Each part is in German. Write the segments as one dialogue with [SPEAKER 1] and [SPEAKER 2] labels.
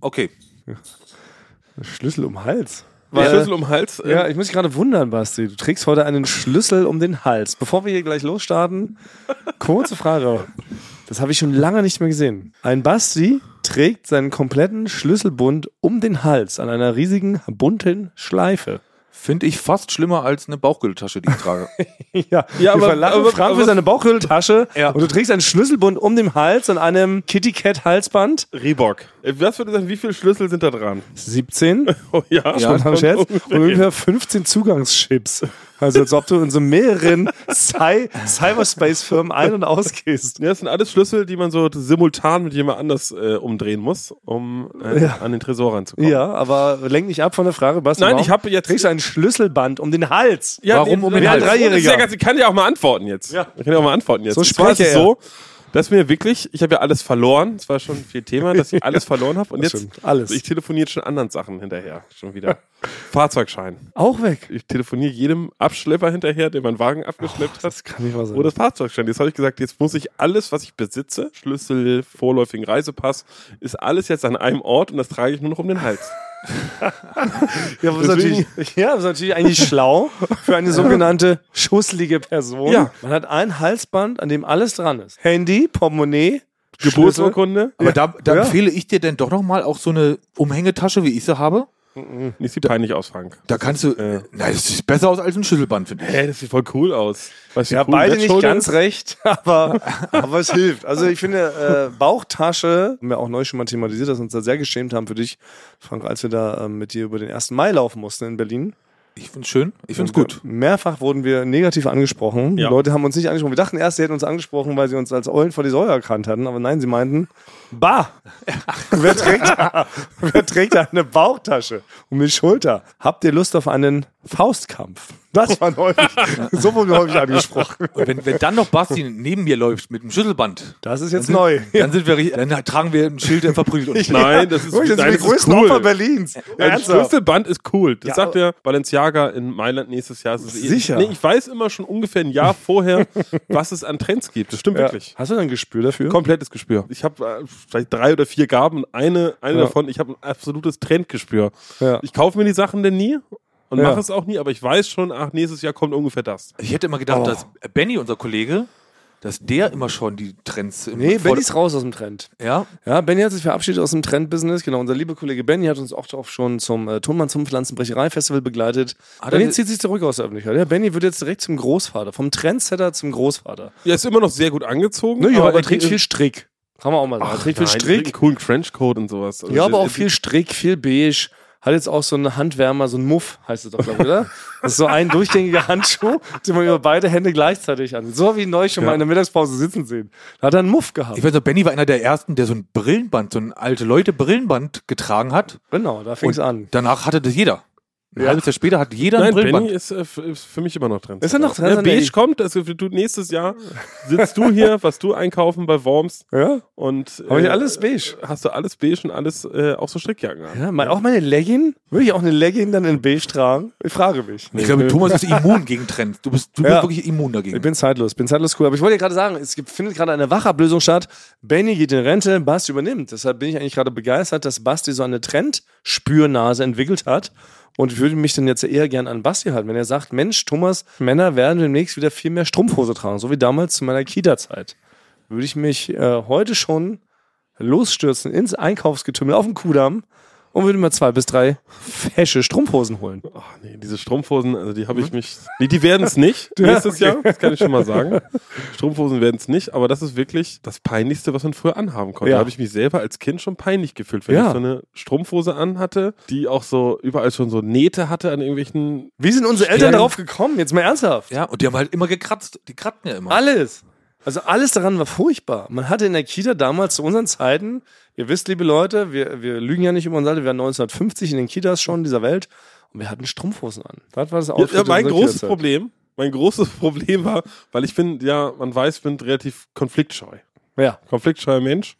[SPEAKER 1] Okay.
[SPEAKER 2] Schlüssel um den Hals.
[SPEAKER 1] Weil,
[SPEAKER 2] Weil-
[SPEAKER 1] Schlüssel um den Hals. äh,
[SPEAKER 2] Ja, ich muss mich gerade wundern, Basti. Du trägst heute einen Schlüssel um den Hals. Bevor wir hier gleich losstarten, kurze Frage. Das habe ich schon lange nicht mehr gesehen. Ein Basti trägt seinen kompletten Schlüsselbund um den Hals an einer riesigen bunten Schleife.
[SPEAKER 1] Finde ich fast schlimmer als eine Bauchgürteltasche, die ich trage.
[SPEAKER 2] Ja,
[SPEAKER 1] Ja,
[SPEAKER 2] wir
[SPEAKER 1] aber-
[SPEAKER 2] verlangen
[SPEAKER 1] aber-
[SPEAKER 2] Frank
[SPEAKER 1] aber-
[SPEAKER 2] für seine Bauchhülltasche
[SPEAKER 1] Ja.
[SPEAKER 2] und du trägst einen Schlüsselbund um den Hals an einem Kitty Cat Halsband.
[SPEAKER 3] Reebok. Äh, Was würde sagen, wie viele Schlüssel sind da dran?
[SPEAKER 2] 17.
[SPEAKER 3] Oh ja,
[SPEAKER 1] Ja,
[SPEAKER 3] Oh,
[SPEAKER 2] Ja,
[SPEAKER 1] schon
[SPEAKER 2] und, Scherz, und
[SPEAKER 3] ungefähr.
[SPEAKER 2] ungefähr 15 Zugangschips. Also als ob du in so mehreren Cy Cyberspace-Firmen ein- und ausgehst.
[SPEAKER 3] Ja, das sind alles Schlüssel, die man so simultan mit jemand anders äh, umdrehen muss, um äh,
[SPEAKER 2] Ja.
[SPEAKER 3] an den Tresor ranzukommen.
[SPEAKER 2] Ja, aber lenk nicht ab von der Frage, Basti.
[SPEAKER 3] Nein,
[SPEAKER 2] warum
[SPEAKER 3] ich habe jetzt.
[SPEAKER 2] Trägst du ein Schlüsselband um den Hals?
[SPEAKER 3] Ja,
[SPEAKER 1] Warum
[SPEAKER 3] nee,
[SPEAKER 1] um den
[SPEAKER 3] ja,
[SPEAKER 1] Hals?
[SPEAKER 3] das- das ist
[SPEAKER 2] Dreijähriger.
[SPEAKER 3] Ja ganz, ich kann ja auch mal antworten jetzt.
[SPEAKER 2] Ja.
[SPEAKER 3] Ich kann ja auch mal antworten jetzt.
[SPEAKER 2] So
[SPEAKER 3] Und zwar ist
[SPEAKER 2] spricht
[SPEAKER 3] es
[SPEAKER 2] er ja.
[SPEAKER 3] so, dass mir wirklich, ich habe ja alles verloren, es war schon viel Thema, dass ich alles verloren habe und
[SPEAKER 2] Das
[SPEAKER 3] jetzt
[SPEAKER 2] stimmt, alles.
[SPEAKER 3] ich telefoniere schon anderen Sachen hinterher, schon wieder. Fahrzeugschein.
[SPEAKER 2] Auch weg.
[SPEAKER 3] Ich telefoniere jedem Abschlepper hinterher, der meinen Wagen abgeschleppt hat.
[SPEAKER 2] Das kann nicht wahr sein.
[SPEAKER 3] Oder das Fahrzeugschein. Jetzt habe ich gesagt, jetzt muss ich alles, was ich besitze, Schlüssel, vorläufigen Reisepass, ist alles jetzt an einem Ort und das trage ich nur noch um den Hals.
[SPEAKER 2] ja, aber das ist
[SPEAKER 3] Deswegen-
[SPEAKER 2] natürlich, ja, das ist natürlich eigentlich schlau für eine sogenannte schusselige Person.
[SPEAKER 3] Ja.
[SPEAKER 2] Man hat ein Halsband, an dem alles dran ist. Handy, Portemonnaie, Schlüssel.
[SPEAKER 3] Geburtsurkunde,
[SPEAKER 1] Aber da, da
[SPEAKER 2] Ja.
[SPEAKER 1] empfehle ich dir denn doch nochmal auch so eine Umhängetasche, wie ich sie habe.
[SPEAKER 3] nicht sieht peinlich aus, Frank.
[SPEAKER 1] Da kannst du.
[SPEAKER 3] Ja.
[SPEAKER 1] Na, das sieht besser aus als ein Schlüsselband, finde ich.
[SPEAKER 3] Hey, das sieht voll cool aus. Weißt du,
[SPEAKER 2] Ja,
[SPEAKER 3] wie cool
[SPEAKER 2] beide
[SPEAKER 3] Red
[SPEAKER 2] nicht
[SPEAKER 3] Shoulder
[SPEAKER 2] ganz
[SPEAKER 3] ist?
[SPEAKER 2] recht, aber, aber es hilft. Also ich finde, äh, Bauchtasche, haben wir auch neu schon mal thematisiert, dass wir uns da sehr geschämt haben für dich, Frank, als wir da ähm, mit dir über den 1. Mai laufen mussten in Berlin. Ähm,
[SPEAKER 1] Ich finde es schön. Ich finde es gut.
[SPEAKER 2] Mehrfach wurden wir negativ angesprochen.
[SPEAKER 3] Ja.
[SPEAKER 2] Die Leute haben uns nicht angesprochen. Wir dachten erst, sie hätten uns angesprochen, weil sie uns als Eulen vor die Säule erkannt hatten. Aber nein, sie meinten, bah! Wer trägt, da, wer trägt da eine Bauchtasche um die Schulter? Habt ihr Lust auf einen Faustkampf? Das waren häufig, so wurden wir häufig angesprochen.
[SPEAKER 1] Und wenn, wenn dann noch Basti neben mir läuft mit dem Schlüsselband,
[SPEAKER 2] Das ist jetzt neu.
[SPEAKER 1] dann sind wir richtig- dann tragen wir ein Schild der verprügelt uns.
[SPEAKER 3] Nein, das ist,
[SPEAKER 2] Wirklich, das
[SPEAKER 3] nein,
[SPEAKER 2] sind die
[SPEAKER 3] das ist
[SPEAKER 2] größten
[SPEAKER 3] cool.
[SPEAKER 2] Opfer Berlins.
[SPEAKER 3] Ein
[SPEAKER 2] Ernsthaft.
[SPEAKER 3] Schlüsselband ist cool. Das
[SPEAKER 2] Ja,
[SPEAKER 3] sagt ja Balenciaga in Mailand nächstes Jahr. Es Ist eh-
[SPEAKER 2] Sicher.
[SPEAKER 3] Nee, ich weiß immer schon ungefähr ein Jahr vorher, was es an Trends gibt. Das stimmt
[SPEAKER 2] Ja.
[SPEAKER 3] wirklich.
[SPEAKER 2] Hast du dann ein Gespür dafür?
[SPEAKER 3] Komplettes Gespür. Ich habe äh, vielleicht drei oder vier Gaben. Eine, eine
[SPEAKER 2] Ja.
[SPEAKER 3] davon, ich habe ein absolutes Trendgespür.
[SPEAKER 2] Ja.
[SPEAKER 3] Ich kaufe mir die Sachen denn nie und
[SPEAKER 2] Ja.
[SPEAKER 3] mache es auch nie, aber ich weiß schon, ach, nächstes Jahr kommt ungefähr das.
[SPEAKER 1] Ich hätte immer gedacht,
[SPEAKER 2] Oh.
[SPEAKER 1] dass Benny, unser Kollege, dass der immer schon die Trends im
[SPEAKER 2] Nee,
[SPEAKER 1] vor-
[SPEAKER 2] Benny ist raus aus dem Trend.
[SPEAKER 1] Ja,
[SPEAKER 2] Ja, Benny hat sich verabschiedet aus dem Trendbusiness. Genau, unser lieber Kollege Benny hat uns auch drauf schon zum äh, Tonmann zum Pflanzenbrecherei-Festival begleitet.
[SPEAKER 1] Hat er-
[SPEAKER 2] Benny zieht sich zurück aus Ah, der Öffentlichkeit. Ja, Benny wird jetzt direkt zum Großvater, vom Trendsetter zum Großvater.
[SPEAKER 3] Er ist immer noch sehr gut angezogen.
[SPEAKER 2] Ne, ja, Uh, aber er
[SPEAKER 3] er
[SPEAKER 2] trägt viel Strick. Kann man auch mal sagen. Er
[SPEAKER 3] Ach,
[SPEAKER 2] trägt
[SPEAKER 3] nein,
[SPEAKER 2] viel
[SPEAKER 3] die
[SPEAKER 2] Strick.
[SPEAKER 3] trägt einen coolen Trenchcoat und sowas. Also
[SPEAKER 2] Ja, aber auch viel Strick, viel beige. Hat jetzt auch so einen Handwärmer, so einen Muff, heißt es doch, glaube ich, oder? Das ist so ein durchgängiger Handschuh, den man über beide Hände gleichzeitig an. So wie neu schon mal in der Mittagspause sitzen sehen. Da hat er einen Muff gehabt.
[SPEAKER 1] ich weiß noch, Benny war einer der ersten, der so ein Brillenband, so ein alte Leute Brillenband getragen hat.
[SPEAKER 2] Genau, da fing es an.
[SPEAKER 1] Danach hatte das jeder. Ein
[SPEAKER 2] Ja.
[SPEAKER 1] halbes Jahr später hat jeder ein
[SPEAKER 3] Nein,
[SPEAKER 1] Brillenband.
[SPEAKER 3] Benny ist, äh, f- ist für mich immer noch Trendsetter.
[SPEAKER 2] Ist er noch
[SPEAKER 3] Wenn
[SPEAKER 2] Trendsetter?
[SPEAKER 3] Beige
[SPEAKER 2] Nee.
[SPEAKER 3] kommt, also du, nächstes Jahr sitzt du hier, was du einkaufen bei Worms
[SPEAKER 2] Ja?
[SPEAKER 3] und äh,
[SPEAKER 2] Habe ich alles beige?
[SPEAKER 3] hast du alles beige und alles äh, auch so Strickjacken an.
[SPEAKER 2] Ja, mein, auch meine Legging? Würde ich auch eine Legging dann in beige tragen? Ich frage mich.
[SPEAKER 1] Ich glaube, Thomas ist immun gegen Trends. Du bist, du
[SPEAKER 2] Ja.
[SPEAKER 1] bist wirklich immun dagegen.
[SPEAKER 2] Ich bin zeitlos, bin zeitlos cool. Aber ich wollte ja gerade sagen, es gibt, findet gerade eine Wachablösung statt. Benny geht in Rente, Basti übernimmt. Deshalb bin ich eigentlich gerade begeistert, dass Basti so eine Trendspürnase entwickelt hat. Und ich würde mich dann jetzt eher gern an Basti halten, wenn er sagt, Mensch, Thomas, Männer werden demnächst wieder viel mehr Strumpfhose tragen, so wie damals zu meiner Kita-Zeit. Würde ich mich äh, heute schon losstürzen ins Einkaufsgetümmel auf dem Kudamm und würde mir zwei bis drei fesche Strumpfhosen holen.
[SPEAKER 3] Ach Oh, nee, diese Strumpfhosen, also die habe ich mich. Nee, die werden es nicht nächstes Jahr, das kann ich schon mal sagen. Strumpfhosen werden es nicht, aber das ist wirklich das Peinlichste, was man früher anhaben konnte.
[SPEAKER 2] Ja.
[SPEAKER 3] Da habe ich mich selber als Kind schon peinlich gefühlt, wenn
[SPEAKER 2] Ja.
[SPEAKER 3] ich so eine Strumpfhose anhatte, die auch so überall schon so Nähte hatte an irgendwelchen.
[SPEAKER 2] Wie sind unsere Eltern
[SPEAKER 1] Ja.
[SPEAKER 2] darauf gekommen? Jetzt mal ernsthaft.
[SPEAKER 1] Ja, und die haben halt immer gekratzt. Die kratzen ja immer.
[SPEAKER 2] Alles. Also alles daran war furchtbar. Man hatte in der Kita damals zu unseren Zeiten, ihr wisst, liebe Leute, wir, wir lügen ja nicht über uns alle, wir waren 1950 in den Kitas schon dieser Welt und wir hatten Strumpfhosen an. Das war das Outfit
[SPEAKER 3] Ja, mein
[SPEAKER 2] unserer
[SPEAKER 3] großes
[SPEAKER 2] Kita-Zeit.
[SPEAKER 3] Problem, mein großes Problem war, weil ich bin, ja, man weiß, ich bin relativ konfliktscheu.
[SPEAKER 2] Ja.
[SPEAKER 3] konfliktscheuer Mensch.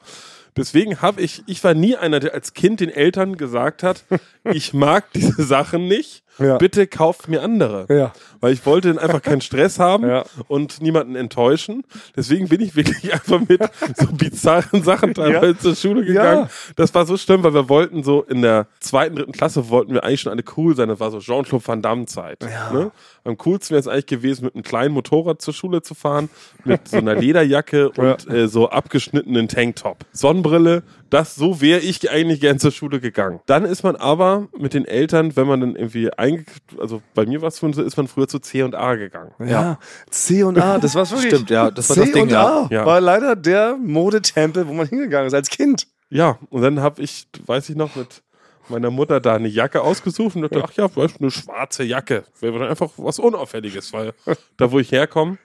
[SPEAKER 3] Deswegen habe ich, ich war nie einer, der als Kind den Eltern gesagt hat, ich mag diese Sachen nicht,
[SPEAKER 2] Ja.
[SPEAKER 3] bitte kauft mir andere.
[SPEAKER 2] Ja.
[SPEAKER 3] Weil ich wollte dann einfach keinen Stress haben
[SPEAKER 2] Ja.
[SPEAKER 3] und niemanden enttäuschen. Deswegen bin ich wirklich einfach mit so bizarren Sachen teilweise zur Schule gegangen. Das war so schlimm, weil wir wollten so in der zweiten, dritten Klasse wollten wir eigentlich schon alle cool sein. Das war so Jean-Claude Van Damme Zeit. Ne? Am coolsten wäre es eigentlich gewesen, mit einem kleinen Motorrad zur Schule zu fahren, mit so einer Lederjacke und äh, so abgeschnittenen Tanktop. Sonnenbrille, das, so wäre ich eigentlich gern zur Schule gegangen. Dann ist man aber mit den Eltern, wenn man dann irgendwie einge, also bei mir war es so, ist man früher zu C und A gegangen.
[SPEAKER 2] Ja. C und A, das war's wirklich.
[SPEAKER 1] Stimmt, ja, das war
[SPEAKER 2] C
[SPEAKER 1] das Ding,
[SPEAKER 2] und
[SPEAKER 1] ja.
[SPEAKER 2] A
[SPEAKER 3] Ja.
[SPEAKER 2] war leider der Modetempel, wo man hingegangen ist als Kind.
[SPEAKER 3] Ja, und dann habe ich, weiß ich noch, mit meiner Mutter da eine Jacke ausgesucht und dachte, ach ja, vielleicht eine schwarze Jacke. Wäre dann einfach was Unauffälliges, weil da, wo ich herkomme,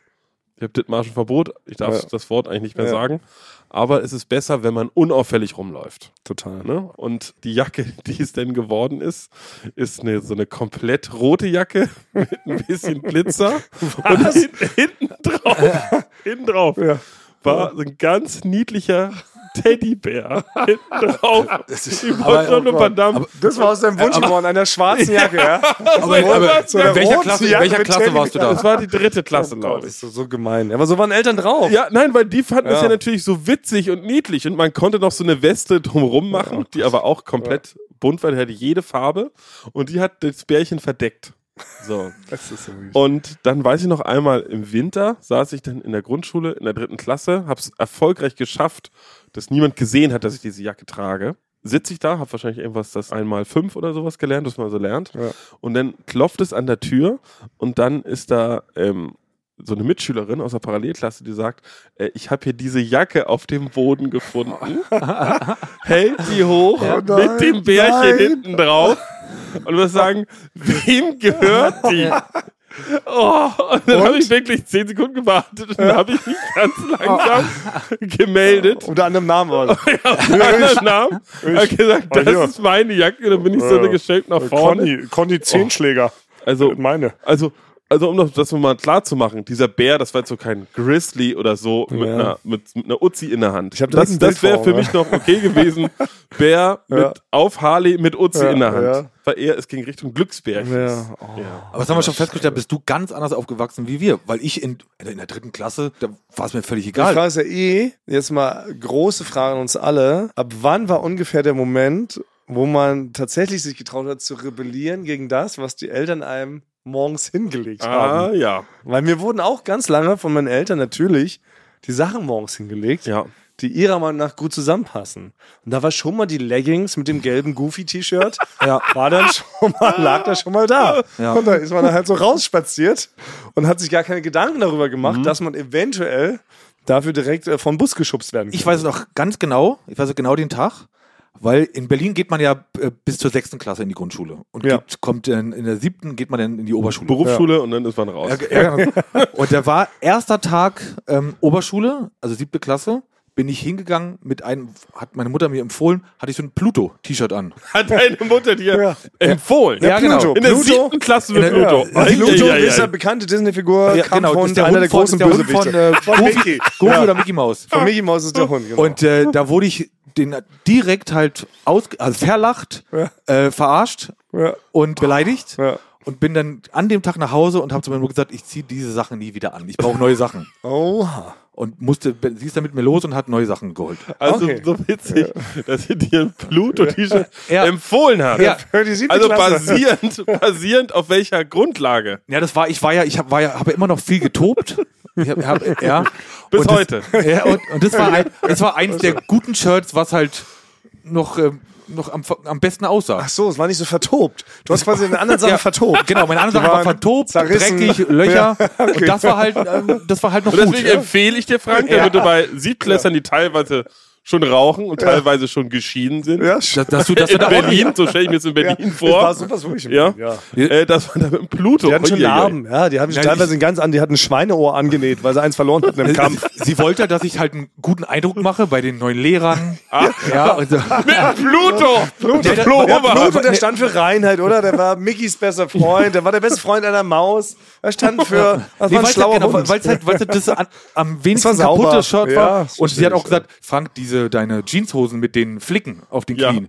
[SPEAKER 3] ich habe Dithmarschen Verbot, ich darf
[SPEAKER 2] Ja.
[SPEAKER 3] das Wort eigentlich nicht mehr
[SPEAKER 2] Ja.
[SPEAKER 3] sagen, aber es ist besser, wenn man unauffällig rumläuft.
[SPEAKER 2] Total.
[SPEAKER 3] Ne? Und die Jacke, die es denn geworden ist, ist eine, so eine komplett rote Jacke mit ein bisschen Glitzer. Und hinten, hinten drauf, hinten drauf
[SPEAKER 2] Ja.
[SPEAKER 3] war so ein ganz niedlicher Teddybär hinten drauf. Die
[SPEAKER 1] aber- Äh,
[SPEAKER 3] Monton und Van Damme.
[SPEAKER 2] Das war aus deinem Wunschmorn, einer schwarzen Jacke, ja?
[SPEAKER 1] Aber, aber
[SPEAKER 2] so eine
[SPEAKER 1] in welcher
[SPEAKER 2] rote
[SPEAKER 1] Klasse, in
[SPEAKER 2] Jacke
[SPEAKER 1] welcher
[SPEAKER 2] mit
[SPEAKER 1] Klasse
[SPEAKER 2] Teddy-
[SPEAKER 1] warst du da?
[SPEAKER 3] Das war die dritte Klasse,
[SPEAKER 2] Oh Gott,
[SPEAKER 3] glaube ich.
[SPEAKER 2] ist so, so gemein. Aber so waren Eltern drauf.
[SPEAKER 3] Ja, nein, weil die fanden es
[SPEAKER 2] Ja.
[SPEAKER 3] ja natürlich so witzig und niedlich und man konnte noch so eine Weste drumrum machen, die aber auch komplett bunt war, die hatte jede Farbe und die hat das Bärchen verdeckt. So.
[SPEAKER 2] Das ist so wild.
[SPEAKER 3] Und dann weiß ich noch einmal im Winter saß ich dann in der Grundschule in der dritten Klasse, hab's erfolgreich geschafft, dass niemand gesehen hat, dass ich diese Jacke trage. Sitze ich da, hab wahrscheinlich irgendwas das einmal fünf oder sowas gelernt, was man so lernt.
[SPEAKER 2] Ja.
[SPEAKER 3] Und dann klopft es an der Tür und dann ist da ähm, so eine Mitschülerin aus der Parallelklasse, die sagt, äh, ich habe hier diese Jacke auf dem Boden gefunden, hält die hoch
[SPEAKER 2] Oh nein,
[SPEAKER 3] mit dem Bärchen
[SPEAKER 2] nein.
[SPEAKER 3] hinten drauf und muss sagen, wem gehört die? Oh, und dann habe ich wirklich zehn Sekunden gewartet und dann habe ich mich ganz
[SPEAKER 2] Ah.
[SPEAKER 3] langsam gemeldet.
[SPEAKER 2] Unter anderem Namen. Also.
[SPEAKER 3] Anderen Namen. Hab gesagt,
[SPEAKER 2] Ah,
[SPEAKER 4] Oh, hier.
[SPEAKER 3] das ist meine Jacke. Dann bin ich
[SPEAKER 2] Äh,
[SPEAKER 3] so
[SPEAKER 4] Ja.
[SPEAKER 3] geschenkt nach vorne.
[SPEAKER 4] Conny, Conny Zehnschläger.
[SPEAKER 3] Also,
[SPEAKER 4] Meine.
[SPEAKER 3] also, also um noch das mal klar zu machen, dieser Bär, das war jetzt so kein Grizzly oder so mit,
[SPEAKER 2] Ja.
[SPEAKER 3] einer, mit, mit einer Uzi in der Hand.
[SPEAKER 2] Ich hab direkt
[SPEAKER 3] das
[SPEAKER 2] ein
[SPEAKER 3] das
[SPEAKER 2] Bild
[SPEAKER 3] wäre
[SPEAKER 2] vor
[SPEAKER 3] für
[SPEAKER 2] Augen,
[SPEAKER 3] mich noch okay gewesen. Bär
[SPEAKER 2] Ja.
[SPEAKER 3] mit, auf Harley mit Uzi
[SPEAKER 2] Ja,
[SPEAKER 3] in der Hand.
[SPEAKER 2] ja.
[SPEAKER 3] War eher, es ging Richtung Glücksbärchen.
[SPEAKER 2] Ja. Oh.
[SPEAKER 1] Aber das haben wir schon festgestellt, bist du ganz anders aufgewachsen wie wir. Weil ich in, in der dritten Klasse, da war es mir völlig
[SPEAKER 2] Die
[SPEAKER 1] egal.
[SPEAKER 2] Frage ist ja eh, jetzt mal große Frage an uns alle. Ab wann war ungefähr der Moment, wo man tatsächlich sich getraut hat, zu rebellieren gegen das, was die Eltern einem morgens hingelegt
[SPEAKER 3] Ah,
[SPEAKER 2] haben?
[SPEAKER 3] ja.
[SPEAKER 2] Weil mir wurden auch ganz lange von meinen Eltern natürlich die Sachen morgens hingelegt,
[SPEAKER 3] Ja.
[SPEAKER 2] die ihrer Meinung nach gut zusammenpassen. Und da war schon mal die Leggings mit dem gelben Goofy-T-Shirt,
[SPEAKER 1] Ja.
[SPEAKER 2] war dann schon mal, lag da schon mal da.
[SPEAKER 1] Ja.
[SPEAKER 2] Und da ist man dann halt so rausspaziert und hat sich gar keine Gedanken darüber gemacht,
[SPEAKER 1] Mhm.
[SPEAKER 2] dass man eventuell dafür direkt äh, vom Bus geschubst werden kann.
[SPEAKER 1] Ich weiß es noch ganz genau, ich weiß genau den Tag, weil in Berlin geht man ja äh, bis zur sechsten Klasse in die Grundschule und
[SPEAKER 2] Ja.
[SPEAKER 1] gibt, kommt in, in der siebten geht man dann in die Oberschule.
[SPEAKER 3] Berufsschule und dann ist man raus.
[SPEAKER 1] Ja, ge- ja, genau. und da war erster Tag ähm, Oberschule, also siebte Klasse, bin ich hingegangen mit einem, hat meine Mutter mir empfohlen, hatte ich so ein Pluto-T-Shirt an.
[SPEAKER 3] Hat deine Mutter dir
[SPEAKER 2] Ja.
[SPEAKER 3] empfohlen.
[SPEAKER 1] Ja, genau.
[SPEAKER 3] In der
[SPEAKER 2] Pluto.
[SPEAKER 3] siebten Klasse wird
[SPEAKER 1] In der-
[SPEAKER 3] Pluto.
[SPEAKER 1] Ja.
[SPEAKER 2] Pluto
[SPEAKER 3] Ei, ei, ei.
[SPEAKER 2] ist eine bekannte Disney-Figur,
[SPEAKER 1] Ja,
[SPEAKER 2] kam
[SPEAKER 1] genau, das
[SPEAKER 2] von
[SPEAKER 1] ist der
[SPEAKER 2] einer der
[SPEAKER 1] Hund von-
[SPEAKER 2] großen
[SPEAKER 1] das ist der Hund
[SPEAKER 2] Bösewichte.
[SPEAKER 1] von, äh,
[SPEAKER 2] von Mickey.
[SPEAKER 1] Goofy oder Mickey Mouse.
[SPEAKER 2] Von Mickey Mouse ist der Hund, genau.
[SPEAKER 1] Und äh, da wurde ich den direkt halt aus, also verlacht,
[SPEAKER 2] Ja.
[SPEAKER 1] äh, verarscht
[SPEAKER 2] Ja.
[SPEAKER 1] und beleidigt.
[SPEAKER 2] Ja.
[SPEAKER 1] Und bin dann an dem Tag nach Hause und habe zu meinem Mutter gesagt, ich ziehe diese Sachen nie wieder an. Ich brauche neue Sachen.
[SPEAKER 2] Oha.
[SPEAKER 1] Und musste, sie ist dann mit mir los und hat neue Sachen geholt.
[SPEAKER 3] Also
[SPEAKER 2] Okay.
[SPEAKER 3] so witzig, dass sie dir ein Pluto-T-Shirt
[SPEAKER 1] Ja.
[SPEAKER 3] empfohlen hat.
[SPEAKER 1] Ja.
[SPEAKER 2] Hör die siebte
[SPEAKER 3] Also
[SPEAKER 2] Klasse.
[SPEAKER 3] basierend, basierend auf welcher Grundlage?
[SPEAKER 1] Ja, das war, ich war ja, ich hab, war ja, habe immer noch viel getobt. Ich hab, hab, ja.
[SPEAKER 3] Bis
[SPEAKER 1] und das,
[SPEAKER 3] heute.
[SPEAKER 1] Ja, und, und das war, ein, das war eins der guten Shirts, was halt noch, ähm, noch am, am besten aussah.
[SPEAKER 2] Ach so, es war nicht so vertobt. Du hast quasi eine andere Sache
[SPEAKER 1] Ja,
[SPEAKER 2] vertobt.
[SPEAKER 1] Genau, meine anderen Sachen
[SPEAKER 2] Die
[SPEAKER 1] waren
[SPEAKER 2] waren
[SPEAKER 1] vertobt,
[SPEAKER 2] zerrissen.
[SPEAKER 1] dreckig, Löcher.
[SPEAKER 2] Ja, okay.
[SPEAKER 1] Und das war halt, ähm, das war halt noch
[SPEAKER 3] Und deswegen
[SPEAKER 1] gut.
[SPEAKER 3] empfehle ich dir, Frank, damit du bei Siebtklässern, die teilweise schon rauchen und teilweise schon geschieden sind,
[SPEAKER 2] Ja, schön.
[SPEAKER 1] Dass, dass du, dass du
[SPEAKER 3] in
[SPEAKER 1] da auch
[SPEAKER 3] Berlin, so stelle ich mir das in Berlin
[SPEAKER 2] Es
[SPEAKER 3] vor,
[SPEAKER 2] war sowas, wo ich
[SPEAKER 3] ja,
[SPEAKER 2] ja.
[SPEAKER 3] Äh, dass man da mit dem Pluto...
[SPEAKER 2] Die hatten schon
[SPEAKER 3] Uiuiui.
[SPEAKER 2] Narben, ja. Die haben
[SPEAKER 1] Ja,
[SPEAKER 2] teilweise
[SPEAKER 1] ich- Also,
[SPEAKER 2] einen ganz an, die hatten ein Schweineohr angenäht, weil sie eins verloren hatten im Kampf.
[SPEAKER 1] Sie, sie wollte, dass ich halt einen guten Eindruck mache bei den neuen Lehrern.
[SPEAKER 3] Ah.
[SPEAKER 1] Ja, also- und so.
[SPEAKER 3] Pluto! Pluto!
[SPEAKER 2] Ja,
[SPEAKER 3] Pluto!
[SPEAKER 2] Pluto, der stand für Reinheit, oder? Der war Mickeys bester Freund, der war der beste Freund einer Maus. Er stand für, das
[SPEAKER 1] Nee,
[SPEAKER 2] war
[SPEAKER 1] weil's
[SPEAKER 2] ein
[SPEAKER 1] halt,
[SPEAKER 2] schlauer
[SPEAKER 1] genau,
[SPEAKER 2] Hund.
[SPEAKER 1] weil's halt, weil's halt das an, am
[SPEAKER 2] war
[SPEAKER 1] wenigsten
[SPEAKER 2] sauber.
[SPEAKER 1] kaputte Shirt
[SPEAKER 2] Ja,
[SPEAKER 1] war.
[SPEAKER 2] das
[SPEAKER 1] Und sie hat
[SPEAKER 2] verstehe
[SPEAKER 1] auch gesagt, Frank, diese diese, deine Jeanshosen mit den Flicken auf den
[SPEAKER 3] Ja.
[SPEAKER 1] Knien,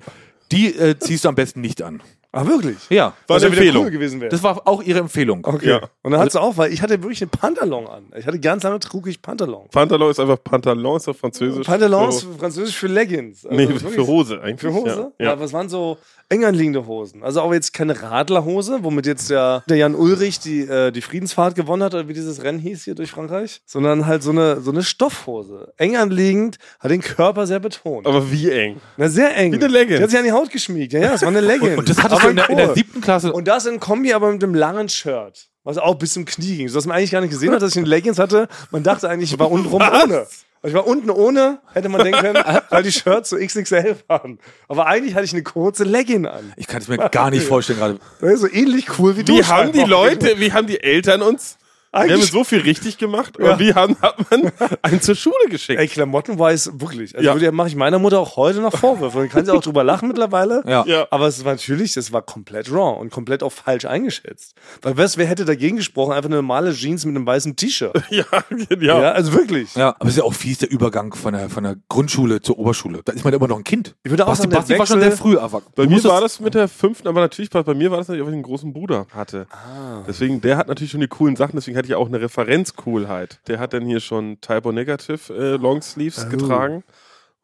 [SPEAKER 1] die äh, ziehst du am besten nicht an.
[SPEAKER 2] Ach, Ah, wirklich?
[SPEAKER 1] Ja.
[SPEAKER 3] War eine
[SPEAKER 2] ja Oh, wieder
[SPEAKER 3] Empfehlung.
[SPEAKER 2] cool gewesen wäre.
[SPEAKER 1] Das war auch ihre Empfehlung.
[SPEAKER 2] Okay.
[SPEAKER 3] Ja.
[SPEAKER 2] Und dann hat's auch, weil ich hatte wirklich einen Pantalon an. Ich hatte ganz lange trug ich Pantalon.
[SPEAKER 3] Pantalon ist einfach Pantalon, ist auf Französisch.
[SPEAKER 2] Pantalon ist
[SPEAKER 3] So,
[SPEAKER 2] französisch für Leggings. Also
[SPEAKER 3] nee,
[SPEAKER 2] wirklich-
[SPEAKER 3] für Hose eigentlich.
[SPEAKER 2] Für Hose?
[SPEAKER 3] Ja. ja.
[SPEAKER 2] Aber es waren so eng anliegende Hosen. Also auch jetzt keine Radlerhose, womit jetzt der, der Jan Ulrich die, äh, die Friedensfahrt gewonnen hat, oder wie dieses Rennen hieß hier durch Frankreich. Sondern halt so eine, so eine Stoffhose. Eng anliegend, hat den Körper sehr
[SPEAKER 1] Oh.
[SPEAKER 2] betont.
[SPEAKER 3] Aber wie eng?
[SPEAKER 2] Na, sehr eng. Wie
[SPEAKER 3] eine Leggings.
[SPEAKER 2] Die hat sich an die Haut geschmiegt. Ja, ja, es war eine Leggings.
[SPEAKER 1] Und das hattest du in der, in der siebten Klasse.
[SPEAKER 2] Und das in Kombi, aber mit einem langen Shirt. Was auch bis zum Knie ging. Sodass man eigentlich gar nicht gesehen hat, dass ich eine Leggings hatte. Man dachte eigentlich, ich war untenrum ohne. Also ich war unten ohne, hätte man denken können, weil die Shirts so XXL waren. Aber eigentlich hatte ich eine kurze Legging an.
[SPEAKER 1] ich kann es mir gar nicht vorstellen gerade.
[SPEAKER 2] Das ist Ne, so ähnlich cool wie du.
[SPEAKER 3] Wie haben die
[SPEAKER 2] scheinbar.
[SPEAKER 3] Leute, wie haben die Eltern uns? Wir haben
[SPEAKER 2] Eigentlich-
[SPEAKER 3] so viel richtig gemacht,
[SPEAKER 2] Ja.
[SPEAKER 3] aber wie haben, hat man einen zur Schule geschickt?
[SPEAKER 2] Ey, Klamottenweiß, wirklich. Also
[SPEAKER 3] Ja.
[SPEAKER 2] würde ja. mache ich meiner Mutter auch heute noch Vorwürfe. Und kann sie auch drüber lachen mittlerweile.
[SPEAKER 1] Ja.
[SPEAKER 3] Ja.
[SPEAKER 2] Aber es war natürlich, das war komplett wrong und komplett auch falsch eingeschätzt. Weil was, wer hätte dagegen gesprochen? Einfach eine normale Jeans mit einem weißen T-Shirt.
[SPEAKER 3] Ja, ja.
[SPEAKER 2] Ja, also wirklich.
[SPEAKER 1] Ja, aber es ist ja auch fies der Übergang von der, von der Grundschule zur Oberschule. Da ist man ja immer noch ein Kind.
[SPEAKER 2] Ich würde auch
[SPEAKER 1] Basti,
[SPEAKER 2] sagen, der
[SPEAKER 1] Basti war schon
[SPEAKER 2] Wechsel-
[SPEAKER 1] sehr früh erwachsen.
[SPEAKER 3] Bei mir war das mit der fünften, aber natürlich bei, bei mir war das natürlich, weil ich einen großen Bruder hatte.
[SPEAKER 2] Ah.
[SPEAKER 3] Deswegen, der hat natürlich schon die coolen Sachen, deswegen hatte ich auch eine Referenzcoolheit. Der hat dann hier schon Typo Negative
[SPEAKER 2] Ah.
[SPEAKER 3] äh, Longsleeves getragen.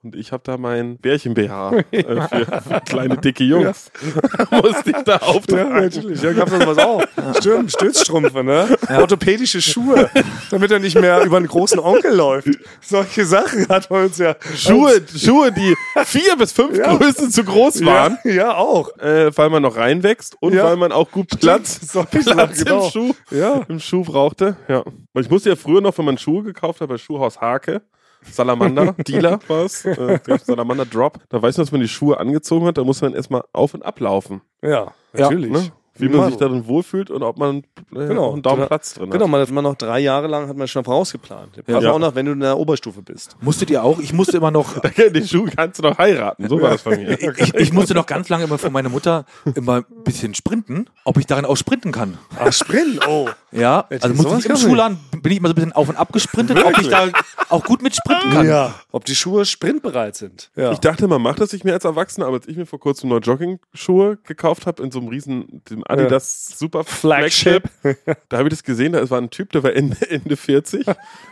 [SPEAKER 3] Und ich habe da mein Bärchen-BH äh, für, für kleine dicke Jungs. Musste ich da
[SPEAKER 2] Ja,
[SPEAKER 3] auftragen.
[SPEAKER 2] natürlich. Ja, gab's sowas auch. Stimmt, Stützstrümpfe, ne? Orthopädische Schuhe, damit er nicht mehr über einen großen Onkel läuft. Solche Sachen hat man uns ja.
[SPEAKER 3] Schuhe, Schuhe, die vier bis fünf
[SPEAKER 2] Ja.
[SPEAKER 3] Größen zu groß waren,
[SPEAKER 2] Ja, ja, auch.
[SPEAKER 3] äh, weil man noch reinwächst und
[SPEAKER 2] Ja.
[SPEAKER 3] weil man auch gut Platz,
[SPEAKER 2] Solche Sachen,
[SPEAKER 3] Platz
[SPEAKER 2] genau.
[SPEAKER 3] im Schuh
[SPEAKER 2] Ja.
[SPEAKER 3] im Schuh brauchte. Ja. Und ich musste ja früher noch, wenn man Schuhe gekauft hat, bei Schuhhaus Hake, Salamander, Dealer war es, äh, es gab Salamander Drop, da weiß man, dass man die Schuhe angezogen hat, da muss man erstmal auf und ablaufen.
[SPEAKER 2] Ja,
[SPEAKER 1] Ja,
[SPEAKER 2] natürlich.
[SPEAKER 3] Ne? Wie man sich darin wohlfühlt und ob man äh,
[SPEAKER 2] Genau.
[SPEAKER 3] auch einen Daumen Platz drin
[SPEAKER 2] Genau,
[SPEAKER 3] hat.
[SPEAKER 2] man hat man noch drei Jahre lang hat man schon vorausgeplant. Der Papa
[SPEAKER 3] Ja.
[SPEAKER 2] auch noch, wenn du in der Oberstufe bist.
[SPEAKER 1] Musstet ihr auch? Ich musste immer noch.
[SPEAKER 2] Genau.
[SPEAKER 3] Den Schuh kannst du noch heiraten, so war das bei mir.
[SPEAKER 1] Ich, ich musste noch ganz lange immer von meiner Mutter immer ein bisschen sprinten, ob ich darin auch sprinten kann.
[SPEAKER 2] Ach, Sprint, oh.
[SPEAKER 1] Ja,
[SPEAKER 2] Ja, die-
[SPEAKER 1] also musste
[SPEAKER 2] sowas
[SPEAKER 1] ich im
[SPEAKER 2] kann man
[SPEAKER 1] Schulan bin ich immer so ein bisschen auf und ab gesprintet, ob ich da auch gut mit sprinten kann.
[SPEAKER 2] Ja. Ob die Schuhe sprintbereit sind. Ja.
[SPEAKER 3] Ich dachte, man macht das nicht mehr als Erwachsener, aber als ich mir vor kurzem neue Jogging-Schuhe gekauft habe, in so einem riesen dem Adidas Super
[SPEAKER 2] Flagship.
[SPEAKER 3] Flagship, da habe ich das gesehen, da war ein Typ, der war Ende, Ende 40,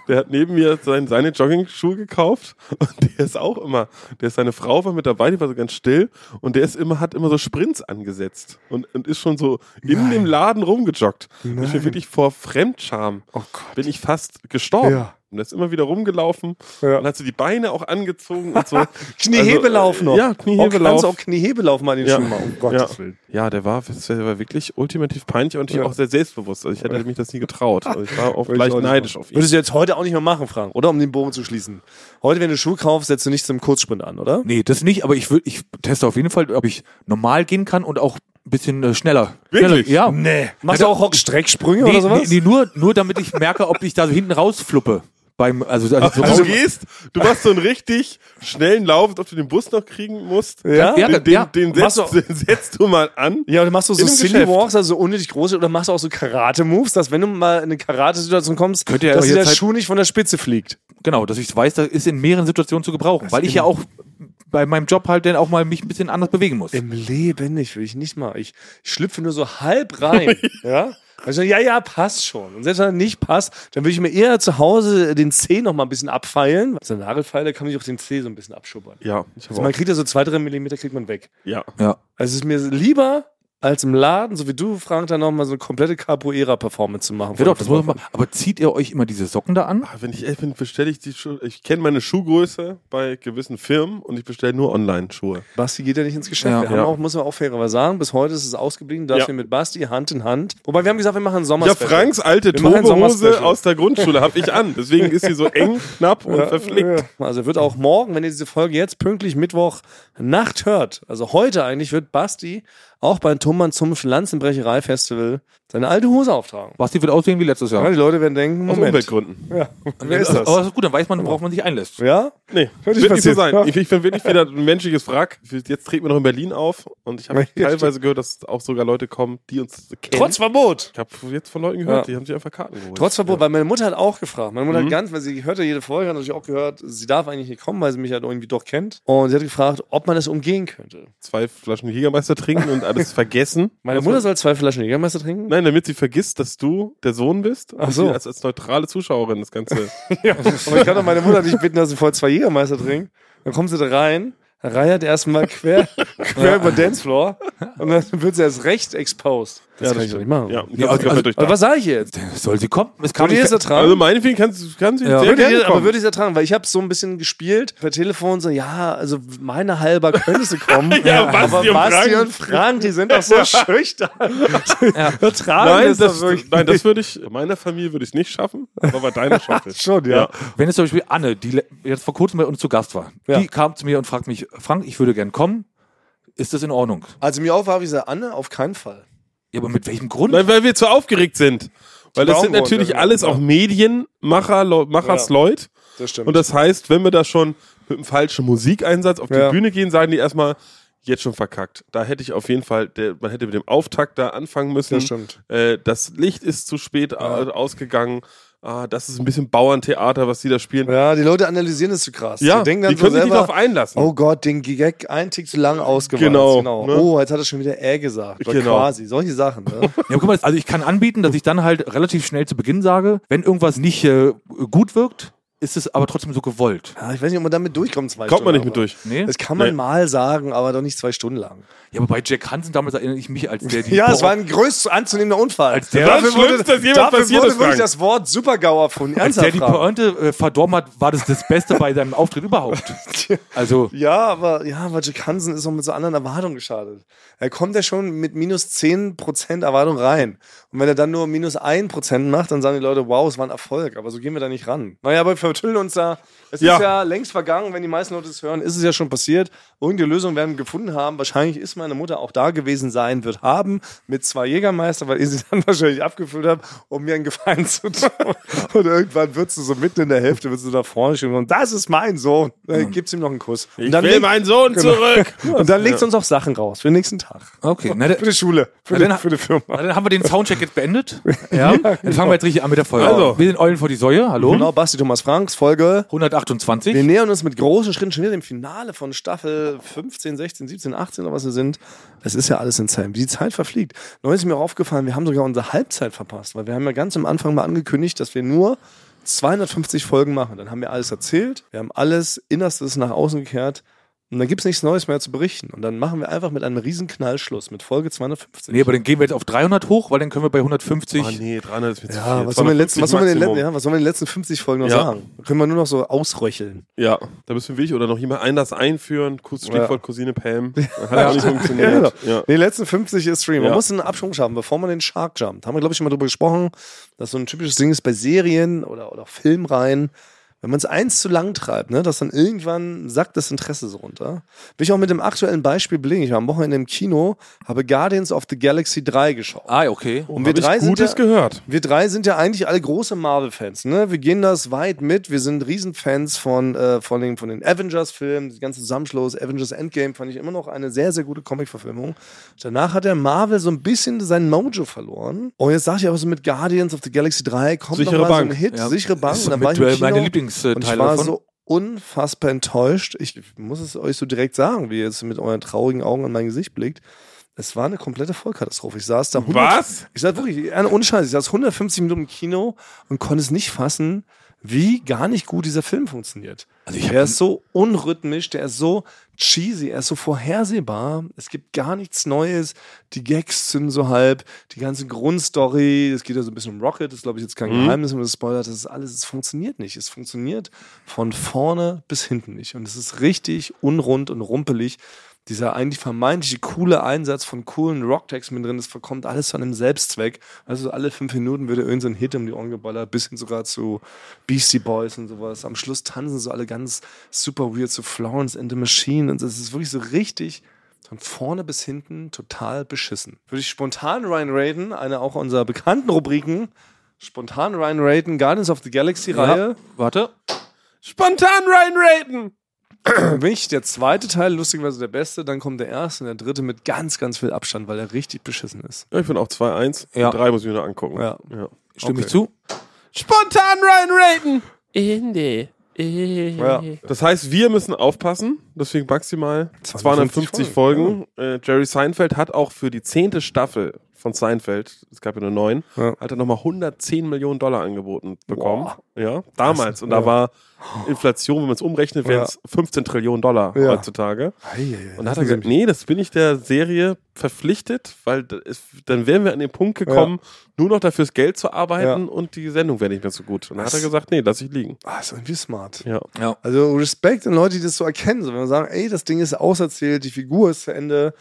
[SPEAKER 3] der hat neben mir sein, seine Jogging-Schuhe gekauft und der ist auch immer, der ist seine Frau war mit dabei, die war so ganz still und der ist immer, hat immer so Sprints angesetzt und, und ist schon so in dem Laden rumgejoggt. Und Ich bin wirklich vor Fremdscham
[SPEAKER 2] Oh Gott.
[SPEAKER 3] bin ich fast gestorben.
[SPEAKER 2] Ja.
[SPEAKER 3] Und da ist immer wieder rumgelaufen
[SPEAKER 2] Ja.
[SPEAKER 3] und hat so die Beine auch angezogen und so.
[SPEAKER 2] Kniehebelauf
[SPEAKER 3] Also, äh,
[SPEAKER 2] noch.
[SPEAKER 3] Ja, Kniehebelauf.
[SPEAKER 2] Kannst auch Kniehebelauf mal in den
[SPEAKER 3] Ja.
[SPEAKER 2] Schuhen machen. Um
[SPEAKER 3] ja.
[SPEAKER 2] Gottes Willen.
[SPEAKER 3] ja, der war, der war wirklich ultimativ peinlich und
[SPEAKER 2] Ja.
[SPEAKER 3] auch sehr selbstbewusst. Also ich hätte mich das nie getraut. Also ich war auch
[SPEAKER 2] Würde
[SPEAKER 3] gleich
[SPEAKER 2] ich auch nicht
[SPEAKER 3] neidisch
[SPEAKER 2] machen.
[SPEAKER 3] auf ihn.
[SPEAKER 2] Würdest du jetzt heute auch nicht mehr machen, Frank, oder? Um den Bogen zu schließen. Heute, wenn du Schuhe kaufst, setzt du nicht zum Kurzsprint an, oder?
[SPEAKER 1] Nee, das nicht, aber ich, würd, ich teste auf jeden Fall, ob ich normal gehen kann und auch ein bisschen äh, schneller.
[SPEAKER 3] Wirklich?
[SPEAKER 1] Schneller, ja.
[SPEAKER 2] Nee. Machst du auch Hockstrecksprünge
[SPEAKER 1] Nee,
[SPEAKER 2] oder sowas?
[SPEAKER 1] nee, nee, nur, nur damit ich merke, ob ich da so hinten rausfluppe. Beim, also, also,
[SPEAKER 3] Also du gehst, du machst so einen richtig schnellen Lauf, als ob du den Bus noch kriegen musst.
[SPEAKER 2] Ja?
[SPEAKER 1] Ja,
[SPEAKER 3] Den, den,
[SPEAKER 1] ja.
[SPEAKER 3] den,
[SPEAKER 2] Machst
[SPEAKER 3] setzt, den setzt du mal an.
[SPEAKER 2] Ja, oder machst du so
[SPEAKER 3] In einem
[SPEAKER 2] Silly
[SPEAKER 3] Geschäft.
[SPEAKER 2] Walks, also so unnötig große, oder machst du auch so Karate-Moves, dass wenn du mal in eine Karate-Situation kommst,
[SPEAKER 1] Könnt ihr ja auch
[SPEAKER 2] dass dir
[SPEAKER 1] jetzt
[SPEAKER 2] der
[SPEAKER 1] halt-
[SPEAKER 2] Schuh nicht von der Spitze fliegt.
[SPEAKER 1] genau, dass ich weiß, da ist in mehreren Situationen zu gebrauchen, weil ich ja auch bei meinem Job halt dann auch mal mich ein bisschen anders bewegen muss.
[SPEAKER 2] Im Leben nicht, will ich nicht mal. Ich, ich schlüpfe nur so halb rein. ja? Also, ja, ja, passt schon. Und selbst wenn er nicht passt, dann würde ich mir eher zu Hause den Zeh noch mal ein bisschen abfeilen. So eine Nagelfeile kann man sich auch den Zeh so ein bisschen abschubbern.
[SPEAKER 3] Ja, ich hab
[SPEAKER 2] Also man
[SPEAKER 3] auch,
[SPEAKER 2] kriegt ja so zwei, drei Millimeter kriegt man weg.
[SPEAKER 3] ja.
[SPEAKER 1] Ja.
[SPEAKER 2] Also es ist mir lieber, als im Laden, so wie du, Frank, dann nochmal so eine komplette Capoeira-Performance zu machen.
[SPEAKER 1] Ja, doch, das muss man, aber zieht ihr euch immer diese Socken da an?
[SPEAKER 3] Ah, Wenn ich ehrlich bin, bestelle ich die Schuhe. Ich kenne meine Schuhgröße bei gewissen Firmen und ich bestelle nur Online-Schuhe.
[SPEAKER 2] Basti geht ja nicht ins Geschäft.
[SPEAKER 1] Ja.
[SPEAKER 2] wir haben
[SPEAKER 3] Ja.
[SPEAKER 2] auch, muss man auch fairerweise sagen, bis heute ist es ausgeblieben, dass
[SPEAKER 3] Ja.
[SPEAKER 2] wir mit Basti Hand in Hand. Wobei wir haben gesagt, wir machen einen Sommer.
[SPEAKER 3] Ja, Franks alte
[SPEAKER 2] Wir machen ein
[SPEAKER 3] Tobehose
[SPEAKER 2] Sommerspecial.
[SPEAKER 3] aus der Grundschule habe ich an. Deswegen ist sie so eng, knapp und verflickt.
[SPEAKER 2] Also wird auch morgen, wenn ihr diese Folge jetzt pünktlich Mittwoch Nacht hört, also heute eigentlich, wird Basti auch bei Thummern zum Pflanzenbrecherei-Festival seine alte Hose auftragen.
[SPEAKER 1] Basti wird aussehen wie letztes
[SPEAKER 2] Ja,
[SPEAKER 1] Jahr.
[SPEAKER 2] die Leute werden denken,
[SPEAKER 3] Aus
[SPEAKER 2] Moment.
[SPEAKER 3] Umweltgründen.
[SPEAKER 2] Ja, wer ist das? Genau.
[SPEAKER 1] Aber ist gut, dann weiß man, worauf man sich einlässt.
[SPEAKER 2] Ja?
[SPEAKER 3] Nee,
[SPEAKER 2] Wird nicht
[SPEAKER 3] wird nicht so
[SPEAKER 2] passieren. Ja.
[SPEAKER 3] sein. Ich, ich bin wirklich wieder ein menschliches Wrack. Jetzt treten wir noch in Berlin auf und ich
[SPEAKER 2] Ja,
[SPEAKER 3] habe
[SPEAKER 2] stimmt.
[SPEAKER 3] teilweise gehört, dass auch sogar Leute kommen, die uns kennen.
[SPEAKER 2] Verbot.
[SPEAKER 3] ich habe jetzt von Leuten gehört,
[SPEAKER 2] Ja.
[SPEAKER 3] die haben sich einfach Karten geholt.
[SPEAKER 2] Trotz Verbot, weil meine Mutter hat auch gefragt. Meine Mutter
[SPEAKER 3] Mhm.
[SPEAKER 2] hat ganz, weil sie hört ja jede Folge, hat natürlich auch gehört, sie darf eigentlich nicht kommen, weil sie mich halt irgendwie doch kennt. Und sie hat gefragt, ob man das umgehen könnte.
[SPEAKER 3] zwei Flaschen Jägermeister trinken und alles vergessen.
[SPEAKER 2] Meine
[SPEAKER 3] Das
[SPEAKER 2] Mutter
[SPEAKER 3] war-
[SPEAKER 2] soll zwei Flaschen Jägermeister trinken?
[SPEAKER 3] Nein, damit sie vergisst, dass du der Sohn bist und
[SPEAKER 2] Ach so.
[SPEAKER 3] sie als, als neutrale Zuschauerin das Ganze.
[SPEAKER 2] Aber ich kann doch meine Mutter nicht bitten, dass sie vorher zwei Jägermeister trinkt. Dann kommt sie da rein, reiert erstmal quer, quer über den Dancefloor und dann wird sie erst recht exposed. Das kann ich doch nicht machen.
[SPEAKER 3] ja, ich
[SPEAKER 1] Ja,
[SPEAKER 3] also,
[SPEAKER 1] also-
[SPEAKER 3] also,
[SPEAKER 2] Aber was sage ich jetzt?
[SPEAKER 1] Soll sie kommen? Es
[SPEAKER 2] Würde ich das ertragen?
[SPEAKER 3] also meinetwegen kannst, kannst du
[SPEAKER 1] Ja.
[SPEAKER 3] sehr
[SPEAKER 2] Würde
[SPEAKER 3] gerne
[SPEAKER 2] ich, aber
[SPEAKER 3] kommen.
[SPEAKER 2] würde ich es ertragen, weil ich habe so ein bisschen gespielt per Telefon, so, ja, also meine halber könnte sie kommen.
[SPEAKER 3] Ja, Basti
[SPEAKER 2] aber
[SPEAKER 3] und
[SPEAKER 2] Basti
[SPEAKER 3] Frank.
[SPEAKER 2] und Frank, die sind doch so schüchtern.
[SPEAKER 1] Ja.
[SPEAKER 2] Ertragen
[SPEAKER 3] Nein,
[SPEAKER 2] ist doch
[SPEAKER 3] das, nein, das würde ich, bei meiner Familie würde ich es nicht schaffen, aber bei deiner schaffe ich.
[SPEAKER 2] Schon, ja.
[SPEAKER 1] Wenn es zum Beispiel Anne, die le- jetzt vor kurzem bei uns zu Gast war,
[SPEAKER 2] Ja.
[SPEAKER 1] die kam zu mir und fragt mich, Frank, ich würde gern kommen. Ist das in Ordnung?
[SPEAKER 2] Also mir auch war, wie gesagt, Anne, auf keinen Fall.
[SPEAKER 1] Ja, aber mit welchem Grund?
[SPEAKER 3] Nein, weil wir zu aufgeregt sind. Weil das sind
[SPEAKER 2] Baumwolle,
[SPEAKER 3] natürlich
[SPEAKER 2] ja.
[SPEAKER 3] alles auch Medienmacher, Leu- Machersleute.
[SPEAKER 2] Das stimmt.
[SPEAKER 3] Und das heißt, wenn wir da schon mit einem falschen Musikeinsatz auf die
[SPEAKER 2] Ja.
[SPEAKER 3] Bühne gehen, sagen die erstmal, jetzt schon verkackt. Da hätte ich auf jeden Fall, der, man hätte mit dem Auftakt da anfangen müssen.
[SPEAKER 2] Das stimmt.
[SPEAKER 3] Äh, das Licht ist zu spät au- ausgegangen. Ah, das ist ein bisschen Bauerntheater, was die da spielen.
[SPEAKER 2] ja, die Leute analysieren das zu krass.
[SPEAKER 3] Ja,
[SPEAKER 2] die denken dann
[SPEAKER 3] die
[SPEAKER 2] so
[SPEAKER 3] können sich nicht
[SPEAKER 2] selber,
[SPEAKER 3] darauf einlassen.
[SPEAKER 2] Oh Gott, den Gag einen Tick zu lang ausgeweizt.
[SPEAKER 3] Genau, ne?
[SPEAKER 2] Oh, jetzt hat er schon wieder äh gesagt. Oder
[SPEAKER 3] Genau.
[SPEAKER 2] Quasi, solche Sachen. Ne?
[SPEAKER 1] Ja, guck mal, also ich kann anbieten, dass ich dann halt relativ schnell zu Beginn sage, wenn irgendwas nicht äh, gut wirkt, ist es aber trotzdem so gewollt.
[SPEAKER 2] ja, ich weiß nicht, ob man damit durchkommt. Zwei
[SPEAKER 3] Kommt man nicht
[SPEAKER 2] Stunden,
[SPEAKER 3] mit
[SPEAKER 2] aber-
[SPEAKER 3] durch.
[SPEAKER 1] Nee?
[SPEAKER 2] Das kann man
[SPEAKER 3] Nee.
[SPEAKER 2] mal sagen, aber doch nicht zwei Stunden lang.
[SPEAKER 1] Ja, aber bei Jack Hansen damals erinnere ich mich als der, die
[SPEAKER 2] Ja, es war ein größt anzunehmender Unfall.
[SPEAKER 1] Als der-
[SPEAKER 3] Das Schlimmste, das jemals
[SPEAKER 2] dafür
[SPEAKER 3] passiert
[SPEAKER 2] wurde
[SPEAKER 3] ist,
[SPEAKER 2] wirklich
[SPEAKER 3] Frank.
[SPEAKER 2] das Wort Supergau erfunden.
[SPEAKER 1] als der
[SPEAKER 2] Ernsthaft.
[SPEAKER 1] die
[SPEAKER 2] Frank.
[SPEAKER 1] Pointe äh, verdorben hat, war das das Beste bei seinem Auftritt überhaupt. Also,
[SPEAKER 2] Ja, aber ja, aber Jack Hansen ist auch mit so anderen Erwartungen geschadet. Er kommt ja schon mit minus 10% Erwartung rein. Und wenn er dann nur minus 1% macht, dann sagen die Leute, wow, es war ein Erfolg, aber so gehen wir da nicht ran. Naja, aber wir vertüllen uns da. Es
[SPEAKER 3] Ja.
[SPEAKER 2] ist ja längst vergangen, wenn die meisten Leute es hören, ist es ja schon passiert. Irgendeine Lösung werden wir gefunden haben. Wahrscheinlich ist meine Mutter auch da gewesen sein, wird haben, mit zwei Jägermeister, weil ihr sie dann wahrscheinlich abgefüllt habt, um mir einen Gefallen zu tun. Und irgendwann wird sie so mitten in der Hälfte, wird sie da vorne stehen und das ist mein Sohn. Dann gibt's ihm noch einen Kuss. Und
[SPEAKER 3] Ich
[SPEAKER 2] dann Genau.
[SPEAKER 3] will
[SPEAKER 2] legt-
[SPEAKER 3] meinen Sohn zurück.
[SPEAKER 2] und dann legt uns auch Sachen raus für den nächsten Tag.
[SPEAKER 1] okay. Na,
[SPEAKER 2] Für die Schule, für,
[SPEAKER 1] Na,
[SPEAKER 2] die,
[SPEAKER 1] dann ha-
[SPEAKER 2] für die Firma.
[SPEAKER 1] Na, dann haben wir den Soundcheck jetzt beendet. Ja, dann fangen wir jetzt richtig an mit der Folge.
[SPEAKER 3] Also.
[SPEAKER 1] Wir sind Eulen vor die Säue, hallo.
[SPEAKER 2] Genau, Basti Thomas Franks, Folge. Wir
[SPEAKER 1] 128.
[SPEAKER 2] nähern uns mit großen Schritten schon wieder dem Finale von Staffel 15, 16, 17, 18 oder was wir sind. Es ist ja alles in Zeit. Die Zeit verfliegt. Neulich ist mir auch aufgefallen, wir haben sogar unsere Halbzeit verpasst, weil wir haben ja ganz am Anfang mal angekündigt, dass wir nur 250 Folgen machen. Dann haben wir alles erzählt, wir haben alles Innerstes nach außen gekehrt und dann gibt es nichts Neues mehr zu berichten. Und dann machen wir einfach mit einem riesen Knallschluss mit Folge 250.
[SPEAKER 1] Nee, aber dann gehen wir jetzt auf 300 hoch, weil dann können wir bei 150.
[SPEAKER 2] Oh,
[SPEAKER 3] Ah, nee, 300 ist mir zu
[SPEAKER 2] Ja,
[SPEAKER 3] viel.
[SPEAKER 2] was sollen, wir in den letzten, was, sollen wir in den, letzten-
[SPEAKER 3] 250
[SPEAKER 2] ja, was sollen wir in den letzten 50 Folgen noch
[SPEAKER 3] Ja.
[SPEAKER 2] sagen? Können wir nur noch so ausröcheln.
[SPEAKER 3] Maximum. Ja, da müssen wir ich oder noch jemand anders einführen. Kus- Stichwort Cousine Pam. Hat auch nicht
[SPEAKER 2] genau.
[SPEAKER 3] funktioniert. Ja.
[SPEAKER 2] Die letzten 50 ist Stream. Man
[SPEAKER 3] Ja.
[SPEAKER 2] muss einen Absprung schaffen, bevor man den Shark jumpt. Haben wir, glaube ich, schon mal drüber gesprochen, dass so ein typisches Ding ist bei Serien oder, oder Filmreihen. Wenn man es eins zu lang treibt, ne, dass dann irgendwann sackt das Interesse so runter. Will ich auch mit dem aktuellen Beispiel belegen. Ich war am Wochenende im Kino, habe Guardians of the Galaxy 3 geschaut.
[SPEAKER 1] Ah, okay.
[SPEAKER 2] Und wir
[SPEAKER 3] Hab ich
[SPEAKER 2] drei, sind
[SPEAKER 3] Gutes
[SPEAKER 2] ja,
[SPEAKER 3] gehört.
[SPEAKER 2] wir drei sind ja eigentlich alle große Marvel-Fans. Ne? Wir gehen das weit mit. Wir sind Riesenfans von, äh, von den, von den Avengers-Filmen, die ganzen Zusammenschluss. Avengers Endgame fand ich immer noch eine sehr, sehr gute Comic-Verfilmung. Danach hat der Marvel so ein bisschen sein Mojo verloren. Und jetzt sag ich aber so mit Guardians of the Galaxy 3 kommt
[SPEAKER 3] Sichere
[SPEAKER 2] noch mal
[SPEAKER 3] Bank.
[SPEAKER 2] so ein Hit,
[SPEAKER 1] Ja.
[SPEAKER 2] sichere Bank.
[SPEAKER 1] Ist
[SPEAKER 2] Und dann
[SPEAKER 1] mit,
[SPEAKER 2] war ich im
[SPEAKER 1] äh,
[SPEAKER 2] Kino
[SPEAKER 1] meine
[SPEAKER 2] und ich
[SPEAKER 1] Lieblingsteile
[SPEAKER 2] war
[SPEAKER 1] davon.
[SPEAKER 2] so unfassbar enttäuscht. Ich muss es euch so direkt sagen, wie ihr jetzt mit euren traurigen Augen an mein Gesicht blickt. Es war eine komplette Vollkatastrophe. Ich saß da 100
[SPEAKER 3] Was?
[SPEAKER 2] ich saß wirklich, eine Unscheiße, ich saß 150 Minuten im Kino und konnte es nicht fassen, wie gar nicht gut dieser Film funktioniert.
[SPEAKER 1] Also ich hab-
[SPEAKER 2] der ist so unrhythmisch, der ist so cheesy, er ist so vorhersehbar, es gibt gar nichts Neues, die Gags sind so halb, die ganze Grundstory, es geht ja so ein bisschen um Rocket, das ist glaube ich jetzt kein
[SPEAKER 1] Mhm.
[SPEAKER 2] Geheimnis, wenn man das spoilert, das ist alles, es funktioniert nicht, es funktioniert von vorne bis hinten nicht und es ist richtig unrund und rumpelig dieser eigentlich vermeintliche coole Einsatz von coolen Rocktags mit drin, das verkommt alles zu einem Selbstzweck. Also alle fünf Minuten wird irgendein Hit um die Ohren geballert, bis hin sogar zu Beastie Boys und sowas. Am Schluss tanzen so alle ganz super weird zu Florence and the Machine und es ist wirklich so richtig von vorne bis hinten total beschissen. Würde ich spontan Ryan Raiden, eine auch unserer bekannten Rubriken, spontan Ryan Raiden, Guardians of the Galaxy-Reihe.
[SPEAKER 1] Warte.
[SPEAKER 3] Spontan Ryan Raiden!
[SPEAKER 2] Für mich der zweite Teil, lustigerweise der beste, dann kommt der erste und der dritte mit ganz, ganz viel Abstand, weil er richtig beschissen ist.
[SPEAKER 3] Ja, ich bin auch 2-1.
[SPEAKER 1] Ja.
[SPEAKER 3] Ja. 3 muss ich mir noch angucken.
[SPEAKER 2] Ja.
[SPEAKER 1] Stimme ich
[SPEAKER 2] Okay.
[SPEAKER 1] zu?
[SPEAKER 3] Spontan Ryan Raiden!
[SPEAKER 4] Indie.
[SPEAKER 2] Ja.
[SPEAKER 3] Das heißt, wir müssen aufpassen, deswegen maximal
[SPEAKER 2] 250
[SPEAKER 3] 250 Folgen. Äh, Jerry Seinfeld hat auch für die zehnte Staffel von Seinfeld, es gab ja nur neun,
[SPEAKER 2] Ja.
[SPEAKER 3] hat er nochmal 110 Millionen Dollar angeboten bekommen. Ja, damals. Und da
[SPEAKER 2] ja.
[SPEAKER 3] war Inflation, wenn man es umrechnet, wären es 15 Trillionen Dollar
[SPEAKER 2] Ja.
[SPEAKER 3] heutzutage. Und dann hat er
[SPEAKER 2] Das ist
[SPEAKER 3] gesagt, nee, das bin ich der Serie verpflichtet, weil da ist- dann wären wir an den Punkt gekommen, nur noch dafür das Geld zu arbeiten und die Sendung wäre nicht mehr so gut. Und dann hat er gesagt, nee, lass ich liegen.
[SPEAKER 2] Ah, ist irgendwie smart.
[SPEAKER 3] Ja.
[SPEAKER 1] Ja.
[SPEAKER 2] Also Respekt an Leute, die das so erkennen. So, wenn wir sagen, ey, das Ding ist auserzählt, die Figur ist zu Ende.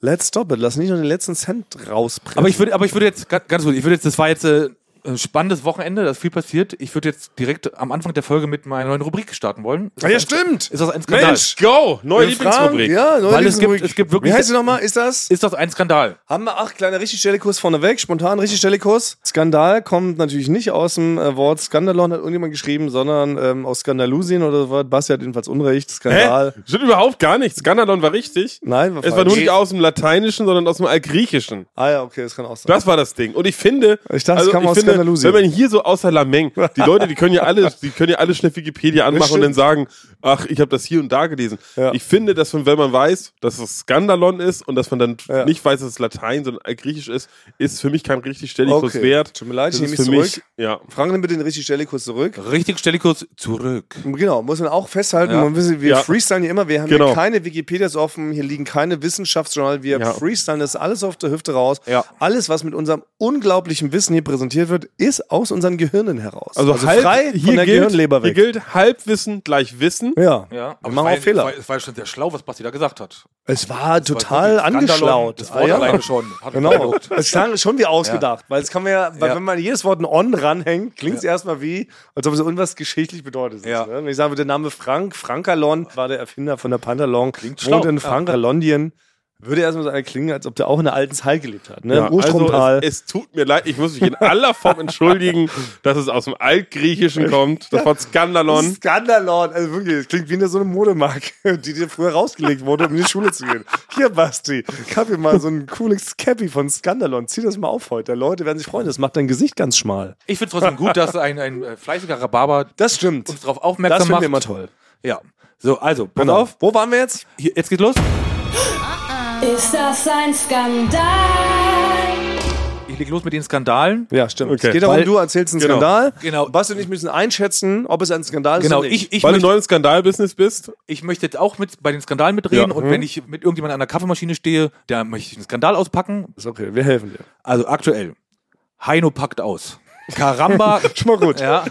[SPEAKER 2] Let's stop it. Lass nicht noch den letzten Cent rausbringen.
[SPEAKER 1] Aber ich würde, aber ich würde jetzt, ga- ganz gut, ich würde jetzt, das war jetzt äh, ein spannendes Wochenende, da ist viel passiert. Ich würde jetzt direkt am Anfang der Folge mit meiner neuen Rubrik starten wollen. Ist
[SPEAKER 2] Ah,
[SPEAKER 1] das
[SPEAKER 2] ja,
[SPEAKER 1] ein-
[SPEAKER 2] stimmt.
[SPEAKER 1] Ist das ein Skandal?
[SPEAKER 3] Mensch, go! Neue Lieblingsrubrik.
[SPEAKER 2] Ja, neue
[SPEAKER 1] Weil es gibt-
[SPEAKER 2] Lieblingsrubrik.
[SPEAKER 1] es gibt wirklich-
[SPEAKER 2] Wie heißt sie nochmal? Ist das?
[SPEAKER 1] Ist das ein Skandal?
[SPEAKER 2] Haben wir acht kleine Richtigstellekurs vorneweg, spontan Richtigstellekurs. Skandal kommt natürlich nicht aus dem äh, Wort Skandalon, hat irgendjemand geschrieben, sondern ähm, aus Skandalusien oder so was. Basti hat jedenfalls Unrecht. Skandal.
[SPEAKER 3] Hä? Stimmt überhaupt gar nicht. Skandalon war richtig.
[SPEAKER 2] Nein, war
[SPEAKER 3] Es war
[SPEAKER 2] falsch.
[SPEAKER 3] nur nicht aus dem Lateinischen, sondern aus dem Altgriechischen.
[SPEAKER 2] Ah ja, okay, das kann auch sein.
[SPEAKER 3] Das war das Ding. Und ich finde,
[SPEAKER 2] Ich dachte, es kam aus
[SPEAKER 3] finde
[SPEAKER 2] Skandinavien.
[SPEAKER 3] wenn man hier so außer Lameng, die Leute, die können ja alle, die können ja alle schnell Wikipedia anmachen und
[SPEAKER 2] stimmt.
[SPEAKER 3] dann sagen, ach, ich habe das hier und da gelesen.
[SPEAKER 2] Ja.
[SPEAKER 3] Ich finde, dass man, wenn man weiß, dass es Skandalon ist und dass man dann
[SPEAKER 2] Ja.
[SPEAKER 3] nicht weiß, dass es Latein, sondern Altgriechisch ist, ist für mich kein richtig Stellikus
[SPEAKER 2] Okay.
[SPEAKER 3] wert.
[SPEAKER 2] Tut mir leid, ich nehme mich
[SPEAKER 3] für
[SPEAKER 2] zurück.
[SPEAKER 3] mich, ja.
[SPEAKER 2] Frank, nimm bitte den Richtigstellekurs zurück.
[SPEAKER 1] Richtig, stelle ich kurz zurück.
[SPEAKER 2] Genau, muss man auch festhalten.
[SPEAKER 1] Ja.
[SPEAKER 2] Man wissen, wir
[SPEAKER 3] Ja.
[SPEAKER 2] freestylen hier immer. Wir haben
[SPEAKER 3] Genau.
[SPEAKER 2] hier keine Wikipedias offen, hier liegen keine Wissenschaftsjournal. Wir
[SPEAKER 3] Ja.
[SPEAKER 2] freestylen das alles auf der Hüfte raus.
[SPEAKER 1] Ja.
[SPEAKER 2] Alles, was mit unserem unglaublichen Wissen hier präsentiert wird, ist aus unseren Gehirnen heraus.
[SPEAKER 3] Also, halb,
[SPEAKER 2] frei
[SPEAKER 3] hier
[SPEAKER 2] von der
[SPEAKER 3] gilt,
[SPEAKER 2] Gehirnleber
[SPEAKER 3] Hier
[SPEAKER 2] weg.
[SPEAKER 3] gilt Halbwissen gleich Wissen.
[SPEAKER 2] ja.
[SPEAKER 1] Ja,
[SPEAKER 2] wir machen auch Fehler.
[SPEAKER 1] Es war schon sehr schlau, was Basti da gesagt hat.
[SPEAKER 2] Es
[SPEAKER 1] Weil
[SPEAKER 2] war total
[SPEAKER 1] wirklich Skandalon,
[SPEAKER 2] angeschlaut.
[SPEAKER 1] Das Wort
[SPEAKER 2] Ah, ja.
[SPEAKER 1] alleine schon. Hat mich
[SPEAKER 2] Genau.
[SPEAKER 1] beeindruckt.
[SPEAKER 2] Es klang schon wie ausgedacht, weil es kann man ja, weil
[SPEAKER 1] Ja.
[SPEAKER 2] wenn man jedes Wort ein On ranhängt, klingt es erstmal wie, als ob es irgendwas geschichtlich bedeutet.
[SPEAKER 1] Ja.
[SPEAKER 2] Ne? Wenn ich sagen würde, der Name Frank, Frankalon, war der Erfinder von der Pantalon, klingt
[SPEAKER 1] schlau.
[SPEAKER 2] wohnt in
[SPEAKER 1] Ja.
[SPEAKER 2] Frankalondien, würde erstmal so einer klingen, als ob der auch in der alten Zeit gelebt hat. Ne?
[SPEAKER 3] Ja,
[SPEAKER 2] Im Urstromtal.
[SPEAKER 3] Also es, es tut mir leid, ich muss mich in aller Form entschuldigen, dass es aus dem Altgriechischen kommt. Das Wort Skandalon.
[SPEAKER 2] Skandalon, also wirklich, das klingt wie eine so eine Modemarke, die dir früher rausgelegt wurde, um in die Schule zu gehen. Hier, Basti, ich hab hier mal so ein cooles Cappy von Skandalon. Zieh das mal auf heute. Leute werden sich freuen, das macht dein Gesicht ganz schmal.
[SPEAKER 1] Ich finde es trotzdem gut, dass ein, ein äh, fleißiger Rhabarber
[SPEAKER 2] Das stimmt.
[SPEAKER 1] uns darauf aufmerksam
[SPEAKER 2] das finden
[SPEAKER 1] macht.
[SPEAKER 2] wir immer toll.
[SPEAKER 1] Ja. So, also, pass
[SPEAKER 2] Genau.
[SPEAKER 1] auf.
[SPEAKER 2] Wo waren wir jetzt?
[SPEAKER 1] Hier, jetzt geht's los.
[SPEAKER 5] Ist das ein Skandal?
[SPEAKER 1] Ich leg los mit den Skandalen.
[SPEAKER 2] Ja, stimmt.
[SPEAKER 3] Okay.
[SPEAKER 2] Es geht darum,
[SPEAKER 1] Weil-
[SPEAKER 2] du erzählst einen
[SPEAKER 3] Genau.
[SPEAKER 2] Skandal.
[SPEAKER 1] Genau.
[SPEAKER 2] Basti und ich müssen einschätzen, ob es ein Skandal ist
[SPEAKER 1] Genau,
[SPEAKER 2] oder nicht.
[SPEAKER 1] ich, ich
[SPEAKER 3] Weil du
[SPEAKER 1] möchte-
[SPEAKER 3] neu im Skandalbusiness bist,
[SPEAKER 1] ich möchte jetzt auch mit bei den Skandalen mitreden
[SPEAKER 3] Ja.
[SPEAKER 1] und wenn ich mit irgendjemandem an der Kaffeemaschine stehe, da möchte ich einen Skandal auspacken.
[SPEAKER 2] Ist okay, wir helfen dir.
[SPEAKER 1] Also aktuell. Heino packt aus. Karamba,
[SPEAKER 2] Schon mal gut.
[SPEAKER 1] ja,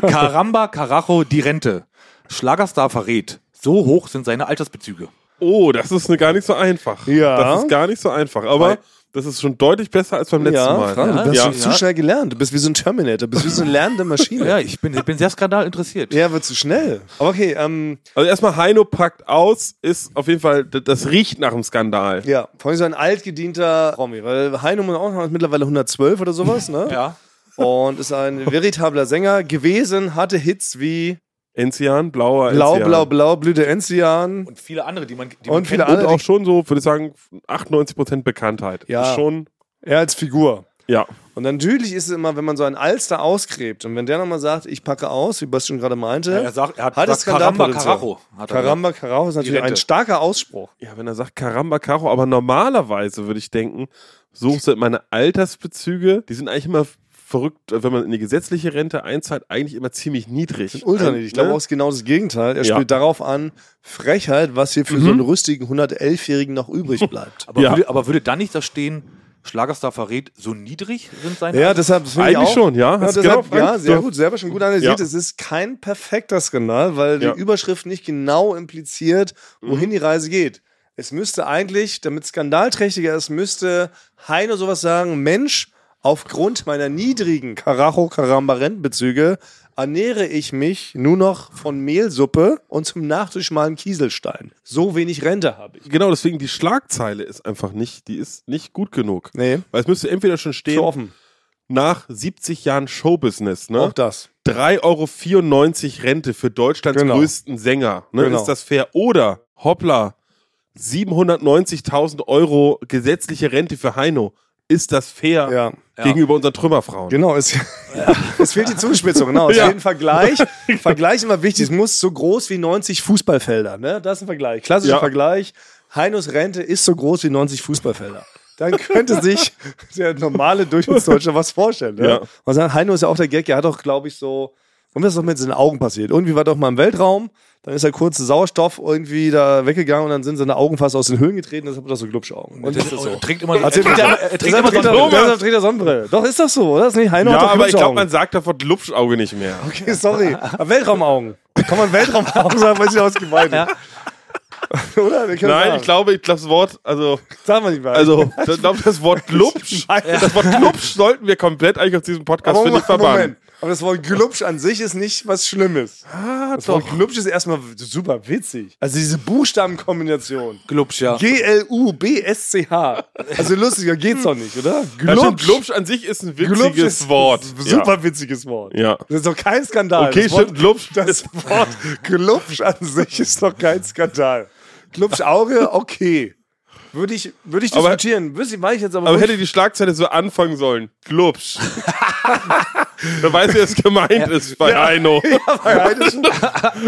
[SPEAKER 1] Karamba, Carajo, die Rente. Schlagerstar verrät. So hoch sind seine Altersbezüge.
[SPEAKER 3] oh, das ist ne- gar nicht so einfach.
[SPEAKER 2] Ja.
[SPEAKER 3] Das ist gar nicht so einfach. Aber das ist schon deutlich besser als beim letzten Mal.
[SPEAKER 2] Frank, du
[SPEAKER 1] Ja,
[SPEAKER 2] hast
[SPEAKER 1] ja.
[SPEAKER 2] schon zu schnell gelernt. Du bist wie so ein Terminator, du bist wie so eine lernende Maschine.
[SPEAKER 1] Ja, ich bin, ich bin sehr skandalinteressiert.
[SPEAKER 2] Ja, wird zu schnell. Aber okay, ähm,
[SPEAKER 3] Also erstmal Heino packt aus, ist auf jeden Fall, d- das riecht nach einem Skandal.
[SPEAKER 2] ja, vor allem so ein altgedienter Promi, weil Heino muss auch noch ist mittlerweile 112 oder sowas, ne?
[SPEAKER 1] Ja.
[SPEAKER 2] Und ist ein veritabler Sänger gewesen, hatte Hits wie
[SPEAKER 3] Enzian, blauer
[SPEAKER 2] Blau,
[SPEAKER 3] Enzian.
[SPEAKER 2] Blau, Blau, Blüte Enzian.
[SPEAKER 1] Und viele andere, die man, die
[SPEAKER 2] Und
[SPEAKER 1] man
[SPEAKER 2] viele
[SPEAKER 1] kennt. ne?
[SPEAKER 2] andere-
[SPEAKER 3] Und auch schon so, würde ich sagen, 98% Bekanntheit.
[SPEAKER 2] Ja.
[SPEAKER 3] Ist Schon,
[SPEAKER 2] Er als Figur.
[SPEAKER 3] ja.
[SPEAKER 2] Und natürlich ist es immer, wenn man so einen Alster ausgräbt und wenn der nochmal sagt, ich packe aus, wie Bastian gerade meinte,
[SPEAKER 1] Ja, er sagt, er hat
[SPEAKER 2] hat es
[SPEAKER 1] gesagt, Karamba,
[SPEAKER 2] Skandalpotenzial.
[SPEAKER 1] Karacho, hat er ne?
[SPEAKER 2] Karamba, Karacho ist
[SPEAKER 1] Die
[SPEAKER 2] natürlich
[SPEAKER 1] Rente.
[SPEAKER 2] ein starker Ausspruch.
[SPEAKER 3] Ja, wenn er sagt Karamba Karo, aber normalerweise würde ich denken, so sind meine Altersbezüge, die sind eigentlich immer verrückt, wenn man in die gesetzliche Rente einzahlt, eigentlich immer ziemlich niedrig.
[SPEAKER 2] Ultra nicht. Ich glaube
[SPEAKER 3] Ne?
[SPEAKER 2] auch ist genau das Gegenteil. Er
[SPEAKER 3] Ja.
[SPEAKER 2] spielt darauf an, Frechheit, was hier für so einen
[SPEAKER 1] Mhm.
[SPEAKER 2] rüstigen 111-Jährigen noch übrig bleibt.
[SPEAKER 1] Aber,
[SPEAKER 3] Ja.
[SPEAKER 1] würde, aber würde da nicht da stehen, Schlagerstar verrät, so niedrig sind seine
[SPEAKER 2] Ja, deshalb das finde ich
[SPEAKER 3] Eigentlich
[SPEAKER 2] auch,
[SPEAKER 3] schon, ja.
[SPEAKER 2] Ja,
[SPEAKER 3] Hast
[SPEAKER 2] deshalb,
[SPEAKER 3] genau-
[SPEAKER 2] ja, sehr gut, selber schon gut analysiert.
[SPEAKER 3] Ja.
[SPEAKER 2] Es ist kein perfekter Skandal, weil die
[SPEAKER 3] Ja. Mhm.
[SPEAKER 2] Überschrift nicht genau impliziert, wohin die Reise geht. Es müsste eigentlich, damit skandalträchtiger ist, müsste Heino sowas sagen, Mensch, Aufgrund meiner niedrigen Karacho Karamba Rentbezüge ernähre ich mich nur noch von Mehlsuppe und zum Nachtisch mal einen Kieselstein. So wenig Rente habe ich.
[SPEAKER 3] Genau, deswegen die Schlagzeile ist einfach nicht, die ist nicht gut genug.
[SPEAKER 2] Nee.
[SPEAKER 3] Weil es müsste entweder schon stehen,
[SPEAKER 2] Zu offen.
[SPEAKER 3] nach 70 Jahren Showbusiness, ne?
[SPEAKER 2] Auch das.
[SPEAKER 3] 3,94 Euro Rente für Deutschlands
[SPEAKER 2] Genau.
[SPEAKER 3] größten Sänger. Ne?
[SPEAKER 2] Genau.
[SPEAKER 3] Ist das fair? Oder, hoppla, 790.000 Euro gesetzliche Rente für Heino. Ist das fair
[SPEAKER 2] Ja.
[SPEAKER 3] gegenüber unseren Trümmerfrauen?
[SPEAKER 2] Genau, es, es fehlt die Zuspitzung. Genau, es
[SPEAKER 3] Ja. Genau.
[SPEAKER 2] fehlt ein Vergleich. Vergleich ist immer wichtig. Es muss so groß wie 90 Fußballfelder. Ne? Das ist ein Vergleich. Klassischer
[SPEAKER 3] Ja.
[SPEAKER 2] Vergleich. Heinos Rente ist so groß wie 90 Fußballfelder. Dann könnte sich der normale Durchschnittsdeutsche was vorstellen. Ne?
[SPEAKER 3] Ja.
[SPEAKER 2] Und sagen, Heino ist ja auch der Gag, er hat doch, glaube ich, so. Und was ist doch mit seinen Augen passiert? Irgendwie war doch mal im Weltraum, dann ist er kurz Sauerstoff irgendwie da weggegangen und dann sind seine Augen fast aus den Höhlen getreten, deshalb hat er so Glubschaugen. Und
[SPEAKER 1] Oh, Er trinkt immer,
[SPEAKER 2] also,
[SPEAKER 1] er,
[SPEAKER 2] der,
[SPEAKER 1] er trinkt immer so
[SPEAKER 2] er,
[SPEAKER 1] einen Blumen.
[SPEAKER 2] deshalb trägt er Sonnenbrille. Doch, ist das so, oder? Ist nicht Heino
[SPEAKER 3] Ja,
[SPEAKER 2] hat Genau, doch
[SPEAKER 3] aber ich glaube,
[SPEAKER 2] Glubschaugen.
[SPEAKER 3] man sagt davon Lupschauge nicht mehr.
[SPEAKER 2] Okay, sorry. Aber Weltraumaugen. Kann man Weltraumaugen sagen, weiß ich nicht, was gemeint ist. Oder? Wir können
[SPEAKER 3] Nein,
[SPEAKER 2] sagen.
[SPEAKER 3] ich glaube, ich glaube, das Wort, also,
[SPEAKER 2] Sagen wir nicht mal.
[SPEAKER 3] also, ich glaube, das Wort Lupsch, das Wort Lupsch sollten wir komplett eigentlich aus diesem Podcast,
[SPEAKER 2] aber
[SPEAKER 3] finde
[SPEAKER 2] Moment,
[SPEAKER 3] ich, verbannen.
[SPEAKER 2] Moment. Aber das Wort Glubsch an sich ist nicht was Schlimmes.
[SPEAKER 3] Ah,
[SPEAKER 2] das Wort Glubsch ist erstmal super witzig. Also diese Buchstabenkombination.
[SPEAKER 1] Glubsch, ja.
[SPEAKER 2] G-L-U-B-S-C-H. Also lustiger geht's doch nicht, oder?
[SPEAKER 3] Ja, stimmt, Glubsch an sich ist ein witziges
[SPEAKER 2] Glubsch ist
[SPEAKER 3] Wort.
[SPEAKER 2] ein Super witziges Wort.
[SPEAKER 3] Ja.
[SPEAKER 2] Das ist doch kein Skandal.
[SPEAKER 3] Okay,
[SPEAKER 2] das Wort,
[SPEAKER 3] stimmt, Glubsch
[SPEAKER 2] Das Wort Glubsch an sich ist doch kein Skandal. Glubschauge, okay. Würde ich, würde ich
[SPEAKER 3] Aber-
[SPEAKER 2] diskutieren. Wüsste ich, mache ich jetzt aber,
[SPEAKER 3] Aber
[SPEAKER 2] nicht.
[SPEAKER 3] hätte die Schlagzeile so anfangen sollen. Glubsch. Wer weiß, wie es gemeint ist bei Heino.
[SPEAKER 2] Ja, das ist schon-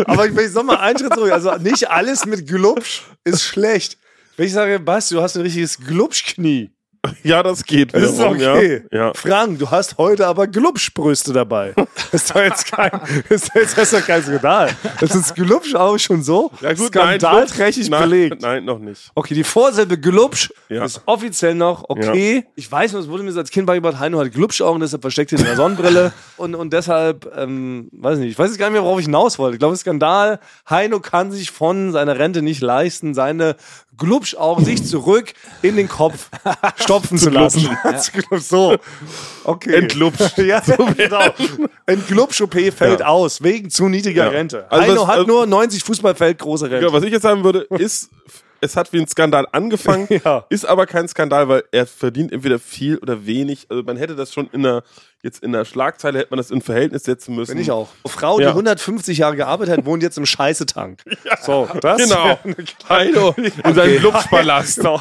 [SPEAKER 2] aber ich will jetzt nochmal einen Schritt zurück. Also nicht alles mit Glubsch ist schlecht. Wenn ich sage, Basti, du hast ein richtiges Glubschknie.
[SPEAKER 3] Ja, das geht.
[SPEAKER 2] Das ist
[SPEAKER 3] wiederum,
[SPEAKER 2] okay.
[SPEAKER 3] Ja. ja.
[SPEAKER 2] Frank, du hast heute aber Glubschbrüste dabei. Das ist doch jetzt kein, das ist jetzt erst doch kein Skandal. Das ist Glubsch auch schon so
[SPEAKER 3] Ja, gut, nein,
[SPEAKER 2] skandalträchtig
[SPEAKER 3] nein,
[SPEAKER 2] belegt.
[SPEAKER 3] Nein, noch nicht.
[SPEAKER 2] Okay, die Vorsilbe Glubsch
[SPEAKER 3] Ja.
[SPEAKER 2] ist offiziell noch okay. Ich weiß nur, es wurde mir als Kind beigebracht, Heino hat Glubschaugen, deshalb versteckt ihn in der Sonnenbrille. und, und deshalb, ähm, weiß nicht, ich weiß jetzt gar nicht mehr, worauf ich hinaus wollte. Ich glaube, Skandal, Heino kann sich von seiner Rente nicht leisten, seine Glubschaugen sich zurück in den Kopf stopfen zu lassen. Zu Glubsch, so. Okay.
[SPEAKER 3] Entglubscht.
[SPEAKER 2] ja, genau. Entglubsch-OP fällt
[SPEAKER 3] Ja.
[SPEAKER 2] aus, wegen zu niedriger
[SPEAKER 3] Ja.
[SPEAKER 2] Rente.
[SPEAKER 3] Also
[SPEAKER 2] Heino
[SPEAKER 3] was-
[SPEAKER 2] hat
[SPEAKER 3] also-
[SPEAKER 2] nur 90 Fußballfeld große Rente.
[SPEAKER 3] Ja, was ich jetzt sagen würde, ist, es hat wie ein Skandal angefangen,
[SPEAKER 2] Ja.
[SPEAKER 3] ist aber kein Skandal, weil er verdient entweder viel oder wenig. Also man hätte das schon in der, jetzt in der Schlagzeile hätte man das in Verhältnis setzen müssen.
[SPEAKER 2] Bin ich auch. Frau, die
[SPEAKER 3] Hm. Ja.
[SPEAKER 2] 150 Jahre gearbeitet hat, wohnt jetzt im Scheißetank. So, das
[SPEAKER 3] Genau. Heino in seinem Glubschpalast
[SPEAKER 2] Genau.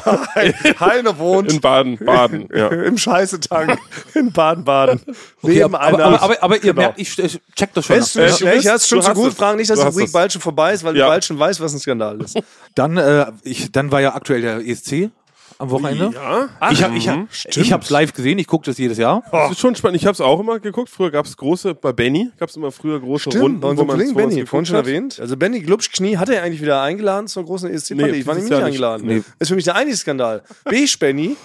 [SPEAKER 2] Heine wohnt
[SPEAKER 3] in Baden. Baden. Ja.
[SPEAKER 2] im Scheißetank in Baden-Baden. Neben
[SPEAKER 1] aber, aber,
[SPEAKER 2] einer.
[SPEAKER 1] aber, aber, ihr merkt, ich, ich check das schon.
[SPEAKER 2] Weißt du,
[SPEAKER 3] Ja,
[SPEAKER 2] ja, ich
[SPEAKER 3] Äh, du
[SPEAKER 2] hast schon
[SPEAKER 3] hast
[SPEAKER 2] zu gut,
[SPEAKER 3] es.
[SPEAKER 2] fragen nicht, dass
[SPEAKER 3] Du
[SPEAKER 2] die
[SPEAKER 3] hast
[SPEAKER 2] Rubrik
[SPEAKER 3] es.
[SPEAKER 2] bald schon vorbei ist, weil
[SPEAKER 3] Ja.
[SPEAKER 2] du bald schon weißt, was ein Skandal ist.
[SPEAKER 1] Dann, äh, ich, dann war ja aktuell der ESC am Wochenende.
[SPEAKER 3] Ja.
[SPEAKER 1] ich habe ich hab, ich hab's live gesehen, ich gucke das jedes Jahr.
[SPEAKER 2] Oh.
[SPEAKER 3] Das ist schon spannend. Ich habe es auch immer geguckt. Früher gab es große, bei Benny gab es immer früher große Runden,
[SPEAKER 2] bei unserem Kollegen
[SPEAKER 3] man's
[SPEAKER 2] Benny,
[SPEAKER 3] geguckt
[SPEAKER 2] vorhin schon
[SPEAKER 3] hat.
[SPEAKER 2] erwähnt. Also Benny Glubsch-Knie hat er eigentlich wieder eingeladen zur großen E ESC-Party.
[SPEAKER 3] Nee,
[SPEAKER 2] ich war
[SPEAKER 3] dieses
[SPEAKER 2] nämlich
[SPEAKER 3] Jahr
[SPEAKER 2] nicht
[SPEAKER 3] nicht.
[SPEAKER 2] eingeladen.
[SPEAKER 1] Nee.
[SPEAKER 2] Ist für mich der einzige Skandal. Beige Benny,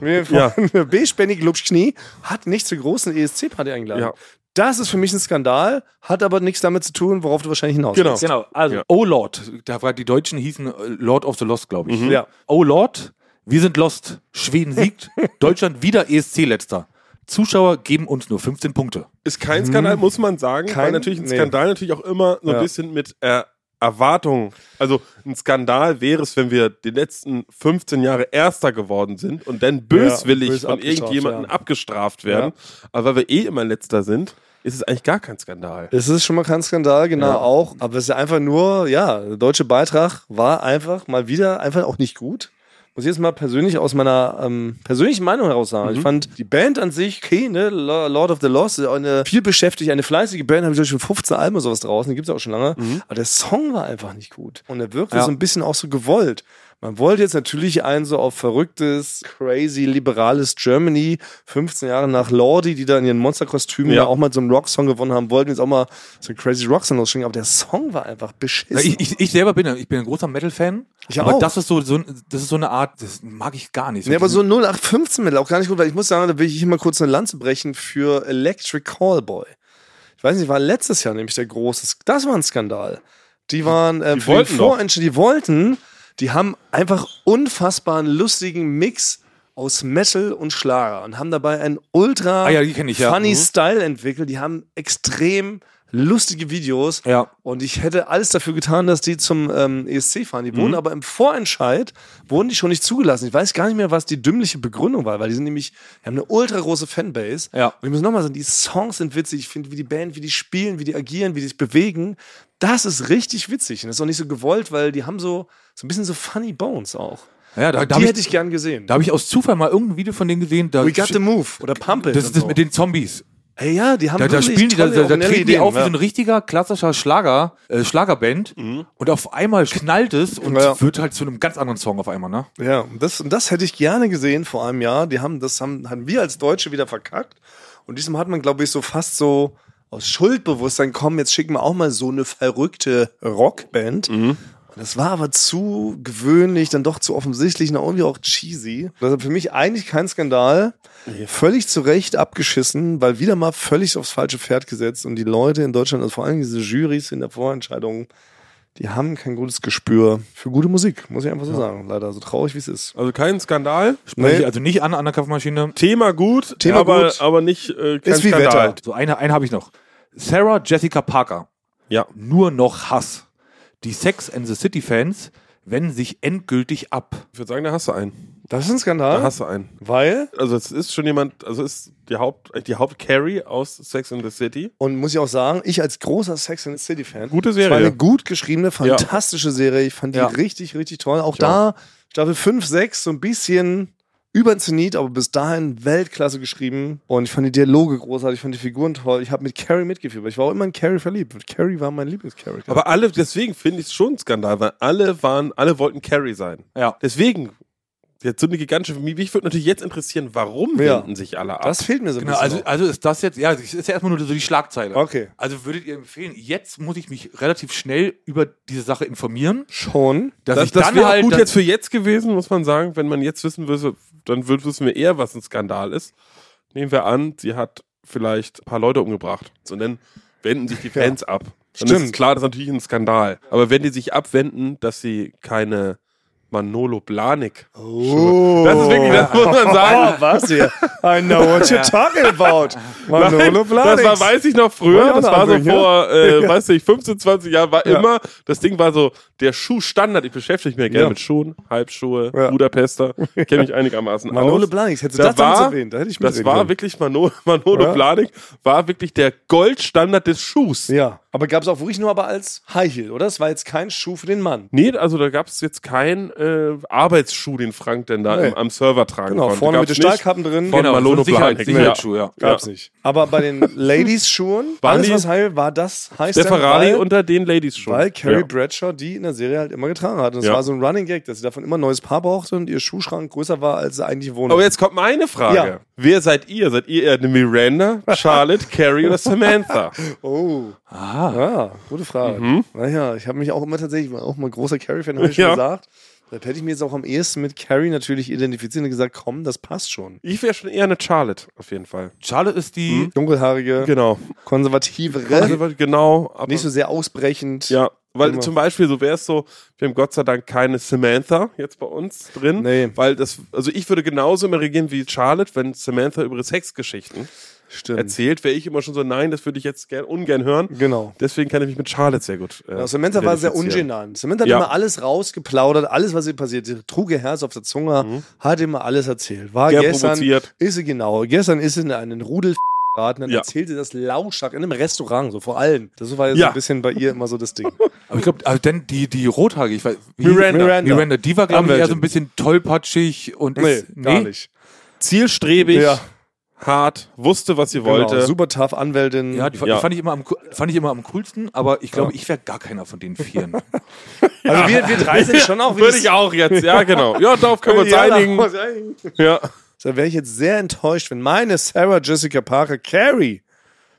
[SPEAKER 2] mir
[SPEAKER 3] Ja.
[SPEAKER 2] von- Beige Benny Glubsch-Knie hat nicht zur großen E ESC-Party eingeladen.
[SPEAKER 3] Ja.
[SPEAKER 2] Das ist für mich ein Skandal, hat aber nichts damit zu tun, worauf du wahrscheinlich hinaus
[SPEAKER 3] Genau.
[SPEAKER 2] willst.
[SPEAKER 1] Genau, also
[SPEAKER 3] Ja.
[SPEAKER 1] Oh Lord, da war die Deutschen hießen äh, Lord of the Lost, glaube ich.
[SPEAKER 2] Mhm. Ja.
[SPEAKER 1] Oh Lord, wir sind lost. Schweden siegt, Deutschland wieder E ESC-Letzter. Zuschauer geben uns nur 15 Punkte.
[SPEAKER 3] Ist kein Skandal, muss man sagen.
[SPEAKER 2] Mhm. Kein?
[SPEAKER 3] weil natürlich ein
[SPEAKER 2] Nee.
[SPEAKER 3] Skandal natürlich auch immer so ein
[SPEAKER 2] Ja.
[SPEAKER 3] bisschen mit äh, Erwartungen. Also ein Skandal wäre es, wenn wir die letzten 15 Jahre Erster geworden sind und dann böswillig
[SPEAKER 2] bös
[SPEAKER 3] von
[SPEAKER 2] abgestraft
[SPEAKER 3] irgendjemandem
[SPEAKER 2] werden.
[SPEAKER 3] abgestraft werden. Aber weil wir eh immer Letzter sind, ist es eigentlich gar kein Skandal.
[SPEAKER 2] Es ist schon mal kein Skandal, genau auch. Aber es ist ja einfach nur, ja, der deutsche Beitrag war einfach mal wieder einfach auch nicht gut. Muss ich jetzt mal persönlich aus meiner ähm, persönlichen Meinung heraus sagen. Also Ich fand die Band an sich, okay, ne, Lo- Lord of the Lost, ist auch eine viel beschäftigt, eine fleißige Band, habe ich glaub ich, schon 15 Alben oder sowas draußen, die gibt's auch schon lange. Aber der Song war einfach nicht gut. Und er wirkte
[SPEAKER 1] Ja.
[SPEAKER 2] so ein bisschen auch so gewollt. Man wollte jetzt natürlich einen so auf verrücktes, crazy, liberales Germany, 15 Jahre nach Lordi, die da in ihren Monsterkostümen
[SPEAKER 3] Ja.
[SPEAKER 2] ja auch mal so einen Rocksong gewonnen haben, wollten jetzt auch mal so einen crazy Rocksong losschicken, aber der Song war einfach beschissen.
[SPEAKER 1] Na, ich, ich, ich selber bin, ja- ich bin ein großer Metal-Fan.
[SPEAKER 2] Ich
[SPEAKER 1] aber
[SPEAKER 2] auch.
[SPEAKER 1] das ist so, so, ein- das ist so eine Art, das mag ich gar nicht.
[SPEAKER 2] Nee, aber so 0815 mit auch gar nicht gut, weil ich muss sagen, da will ich hier mal kurz eine Lanze brechen für Electric Callboy. Ich weiß nicht, war letztes Jahr nämlich der große, Sk- das war ein Skandal. Die waren, äh,
[SPEAKER 3] Die
[SPEAKER 2] für den
[SPEAKER 3] wollten doch.
[SPEAKER 2] Vorentsch- die wollten, die haben einfach unfassbaren, lustigen Mix aus Metal und Schlager und haben dabei einen ultra
[SPEAKER 1] Ah ja, die kenn ich, ja.
[SPEAKER 2] funny
[SPEAKER 1] Mhm.
[SPEAKER 2] Style entwickelt. Die haben extrem lustige Videos
[SPEAKER 1] Ja.
[SPEAKER 2] und ich hätte alles dafür getan, dass die zum ähm, ESC fahren. Die
[SPEAKER 1] Mhm.
[SPEAKER 2] wurden aber im Vorentscheid wurden die schon nicht zugelassen. Ich weiß gar nicht mehr, was die dümmliche Begründung war, weil die sind nämlich, die haben eine ultra große Fanbase.
[SPEAKER 1] Ja.
[SPEAKER 2] Und ich muss nochmal sagen, die Songs sind witzig. Ich finde, wie die Band, wie die spielen, wie die agieren, wie die sich bewegen, das ist richtig witzig. Und das ist auch nicht so gewollt, weil die haben so, so ein bisschen so funny Bones auch.
[SPEAKER 1] Ja, da-
[SPEAKER 2] Und
[SPEAKER 1] da hab
[SPEAKER 2] die
[SPEAKER 1] ich-
[SPEAKER 2] hätte ich gern gesehen.
[SPEAKER 1] Da habe ich aus Zufall mal irgendein Video von denen gesehen. Da
[SPEAKER 2] We got the move oder Pump it.
[SPEAKER 1] das
[SPEAKER 2] und
[SPEAKER 1] ist das
[SPEAKER 2] so.
[SPEAKER 1] mit den Zombies.
[SPEAKER 2] Ey, ja, die haben
[SPEAKER 1] Da, da
[SPEAKER 2] wirklich
[SPEAKER 1] spielen die, da,
[SPEAKER 2] tolle,
[SPEAKER 1] da, da
[SPEAKER 2] originelle
[SPEAKER 1] treten die
[SPEAKER 2] Ideen,
[SPEAKER 1] auf wie
[SPEAKER 2] ja.
[SPEAKER 1] so
[SPEAKER 2] Mhm.
[SPEAKER 1] ein richtiger klassischer Schlager, äh, Schlagerband und auf einmal knallt es und
[SPEAKER 2] Ja.
[SPEAKER 1] wird halt zu einem ganz anderen Song auf einmal, ne?
[SPEAKER 2] Ja, und das, und das hätte ich gerne gesehen vor einem Jahr. Die haben, das haben, haben wir als Deutsche wieder verkackt. Und diesmal hat man, glaube ich, so fast so aus Schuldbewusstsein, komm, jetzt schicken wir auch mal so eine verrückte Rockband. Und das war aber zu gewöhnlich, dann doch zu offensichtlich und irgendwie auch cheesy. Deshalb für mich eigentlich kein Skandal. Völlig zu Recht abgeschissen, weil wieder mal völlig aufs falsche Pferd gesetzt. Und die Leute in Deutschland, also vor allem diese Jurys in der Vorentscheidung, die haben kein gutes Gespür für gute Musik, muss ich einfach so sagen. Leider so traurig, wie es ist.
[SPEAKER 3] Also kein Skandal.
[SPEAKER 1] Spreche
[SPEAKER 2] Nee.
[SPEAKER 1] Also nicht an an der Kaffeemaschine.
[SPEAKER 3] Thema gut,
[SPEAKER 2] Thema
[SPEAKER 3] aber,
[SPEAKER 2] gut.
[SPEAKER 3] aber nicht äh, kein
[SPEAKER 2] Ist wie
[SPEAKER 3] Skandal.
[SPEAKER 2] Wetter.
[SPEAKER 1] So eine, eine habe ich noch. Sarah Jessica Parker.
[SPEAKER 3] Ja.
[SPEAKER 1] Nur noch Hass. Die Sex and the City Fans wenden sich endgültig ab.
[SPEAKER 3] Ich würde sagen, da hast du einen.
[SPEAKER 2] Das ist ein Skandal,
[SPEAKER 3] Da hast du einen.
[SPEAKER 2] weil,
[SPEAKER 3] Also es ist schon jemand, also es ist die Haupt, die Haupt-Carrie aus Sex and the City.
[SPEAKER 2] und muss ich auch sagen, ich als großer Sex and the City-Fan,
[SPEAKER 3] Gute
[SPEAKER 2] es war
[SPEAKER 3] Serie.
[SPEAKER 2] eine gut geschriebene, fantastische Serie. Ich fand die
[SPEAKER 1] Ja.
[SPEAKER 2] richtig, richtig toll. Auch da, Staffel 5, 6, so ein bisschen über den Zenit, aber bis dahin Weltklasse geschrieben. Und ich fand die Dialoge großartig, ich fand die Figuren toll. Ich habe mit Carrie mitgefühlt. Ich war auch immer in Carrie verliebt. Und Carrie war mein Lieblingscharakter.
[SPEAKER 3] Aber alle, deswegen finde ich es schon ein Skandal, weil alle waren, alle wollten Carrie sein.
[SPEAKER 1] Ja.
[SPEAKER 3] Deswegen, jetzt so eine gigantische Familie. Mich würde natürlich jetzt interessieren, warum
[SPEAKER 2] Ja.
[SPEAKER 3] wenden sich alle ab?
[SPEAKER 2] Das fehlt mir so ein
[SPEAKER 1] Genau,
[SPEAKER 2] bisschen.
[SPEAKER 1] also, also ist das jetzt, ja, das ist ja erstmal nur so die Schlagzeile.
[SPEAKER 2] noch. okay.
[SPEAKER 1] Also würdet ihr empfehlen, jetzt muss ich mich relativ schnell über diese Sache informieren,
[SPEAKER 2] Schon.
[SPEAKER 1] dass
[SPEAKER 3] das
[SPEAKER 1] ich
[SPEAKER 3] das
[SPEAKER 1] dann
[SPEAKER 3] wäre auch
[SPEAKER 1] halt
[SPEAKER 3] gut
[SPEAKER 1] das-
[SPEAKER 3] jetzt für jetzt gewesen, muss man sagen. Wenn man jetzt wissen würde, dann würd, wissen wir eher, was ein Skandal ist. Nehmen wir an, sie hat vielleicht ein paar Leute umgebracht. So, dann wenden sich die Fans ab. Dann
[SPEAKER 2] Stimmt.
[SPEAKER 3] ist es klar, das ist natürlich ein Skandal. Aber wenn die sich abwenden, dass sie keine Manolo Blanik.
[SPEAKER 2] Oh.
[SPEAKER 3] Das ist wirklich, das muss man sagen.
[SPEAKER 2] Oh, was hier? I know what you're talking about. Manolo
[SPEAKER 3] das
[SPEAKER 2] Blahnik.
[SPEAKER 3] war, weiß ich noch früher,
[SPEAKER 2] Wollte ich auch noch
[SPEAKER 3] das war so
[SPEAKER 2] anbringen,
[SPEAKER 3] vor, äh, weiß nicht, 15, 20 Jahren, war immer, das Ding war so der Schuhstandard. Ich beschäftige mich ja gerne
[SPEAKER 2] Ja.
[SPEAKER 3] mit Schuhen, Halbschuhe,
[SPEAKER 2] Ja.
[SPEAKER 3] Budapester, kenne mich einigermaßen
[SPEAKER 2] Manolo
[SPEAKER 3] aus.
[SPEAKER 2] Blahnik, hättest du
[SPEAKER 3] Da
[SPEAKER 2] das damals
[SPEAKER 3] war-
[SPEAKER 2] erwähnt, da hätte ich
[SPEAKER 3] Das
[SPEAKER 2] mitreden
[SPEAKER 3] war
[SPEAKER 2] können.
[SPEAKER 3] wirklich Manolo, Manolo
[SPEAKER 2] Ja.
[SPEAKER 3] Blahnik, war wirklich der Goldstandard des Schuhs.
[SPEAKER 2] Ja, aber gab es auch wirklich nur aber als High Heel, oder? Es war jetzt kein Schuh für den Mann.
[SPEAKER 3] Nee, also da gab es jetzt keinen äh, Arbeitsschuh, den Frank denn da
[SPEAKER 2] Nee.
[SPEAKER 3] im, am Server tragen
[SPEAKER 2] Genau,
[SPEAKER 3] konnte.
[SPEAKER 2] vorne mit den
[SPEAKER 3] Gab's nicht.
[SPEAKER 2] Stahlkappen drin.
[SPEAKER 3] Von
[SPEAKER 1] Genau, so
[SPEAKER 3] Manolo
[SPEAKER 1] ein Sicherheit-
[SPEAKER 3] Blahnik.
[SPEAKER 1] Sicherheitsschuh, ja.
[SPEAKER 2] Gab's nicht. Aber bei den Ladies-Schuhen,
[SPEAKER 3] Waren
[SPEAKER 2] alles
[SPEAKER 3] die-
[SPEAKER 2] was High Heel war, das High
[SPEAKER 3] Der Ferrari
[SPEAKER 2] weil,
[SPEAKER 3] unter den Ladies schon.
[SPEAKER 2] weil Carrie
[SPEAKER 3] ja.
[SPEAKER 2] Bradshaw die in der Serie halt immer getragen hat. Und es
[SPEAKER 3] Ja.
[SPEAKER 2] war so ein Running Gag, dass sie davon immer ein neues Paar brauchte und ihr Schuhschrank größer war, als sie eigentlich wohnte.
[SPEAKER 3] Aber jetzt kommt meine Frage.
[SPEAKER 2] Ja.
[SPEAKER 3] Wer seid ihr? Seid ihr eher eine Miranda, Charlotte, Carrie oder Samantha?
[SPEAKER 2] Oh. Ah. gute Frage. Naja, ich habe mich auch immer tatsächlich, ich war auch mal großer Carrie-Fan, habe ich
[SPEAKER 3] Mhm. Ja.
[SPEAKER 2] schon gesagt. Da hätte ich mir jetzt auch am ehesten mit Carrie natürlich identifiziert und gesagt, komm, das passt schon.
[SPEAKER 3] Ich wäre schon eher eine Charlotte, auf jeden Fall.
[SPEAKER 1] Charlotte ist die,
[SPEAKER 2] Mhm. Dunkelhaarige,
[SPEAKER 3] Genau. Also,
[SPEAKER 2] konservativere,
[SPEAKER 3] weil- genau. Aber,
[SPEAKER 2] nicht so sehr ausbrechend.
[SPEAKER 3] ja, weil
[SPEAKER 2] Immer.
[SPEAKER 3] zum Beispiel, so wäre es so, wir haben Gott sei Dank keine Samantha jetzt bei uns drin.
[SPEAKER 2] Nee.
[SPEAKER 3] Weil das, also ich würde genauso immer reagieren wie Charlotte, wenn Samantha über ihre Sexgeschichten
[SPEAKER 2] Stimmt.
[SPEAKER 3] erzählt, wäre ich immer schon so, nein, das würde ich jetzt gern, ungern hören.
[SPEAKER 2] Genau.
[SPEAKER 3] Deswegen kann ich mich mit Charlotte sehr gut. Äh,
[SPEAKER 2] Ja, Samantha war sehr
[SPEAKER 3] identifizieren.
[SPEAKER 2] ungenant. Samantha hat
[SPEAKER 3] Ja.
[SPEAKER 2] immer alles rausgeplaudert, alles, was ihr passiert. Sie trug ihr Herz auf der Zunge, hat immer alles erzählt. War
[SPEAKER 3] Mhm. Gern
[SPEAKER 2] gestern,
[SPEAKER 3] provoziert.
[SPEAKER 2] ist sie genau. Gestern ist sie in einen Rudel geraten, dann
[SPEAKER 3] Ja.
[SPEAKER 2] erzählt sie das lautstark in einem Restaurant, so vor allem. Das war ja so
[SPEAKER 3] Ja.
[SPEAKER 2] ein bisschen bei ihr immer so das Ding.
[SPEAKER 1] aber ich glaube, also denn die, die Rothaarige, ich weiß, wie-
[SPEAKER 3] Miranda.
[SPEAKER 1] Miranda. Miranda, die war, glaube ich, eher so
[SPEAKER 2] Anwältin.
[SPEAKER 1] ein bisschen tollpatschig und
[SPEAKER 2] nee,
[SPEAKER 1] ist,
[SPEAKER 2] gar nicht.
[SPEAKER 3] Zielstrebig,
[SPEAKER 2] Ja.
[SPEAKER 3] hart, wusste, was sie
[SPEAKER 2] Genau,
[SPEAKER 3] wollte.
[SPEAKER 2] super tough Anwältin.
[SPEAKER 1] Ja, die, fa-
[SPEAKER 3] Ja.
[SPEAKER 1] die fand, ich immer am, co- fand ich immer am coolsten, aber ich glaube, ich wäre gar keiner von den Vieren.
[SPEAKER 2] also wir, wir drei sind schon auch
[SPEAKER 3] Würde ich auch jetzt, ja, genau. Ja, darauf können wir uns
[SPEAKER 2] Ja,
[SPEAKER 3] einigen.
[SPEAKER 2] darauf können wir uns einigen.
[SPEAKER 3] Ja.
[SPEAKER 2] Da wäre ich jetzt sehr enttäuscht, wenn meine Sarah Jessica Parker Carey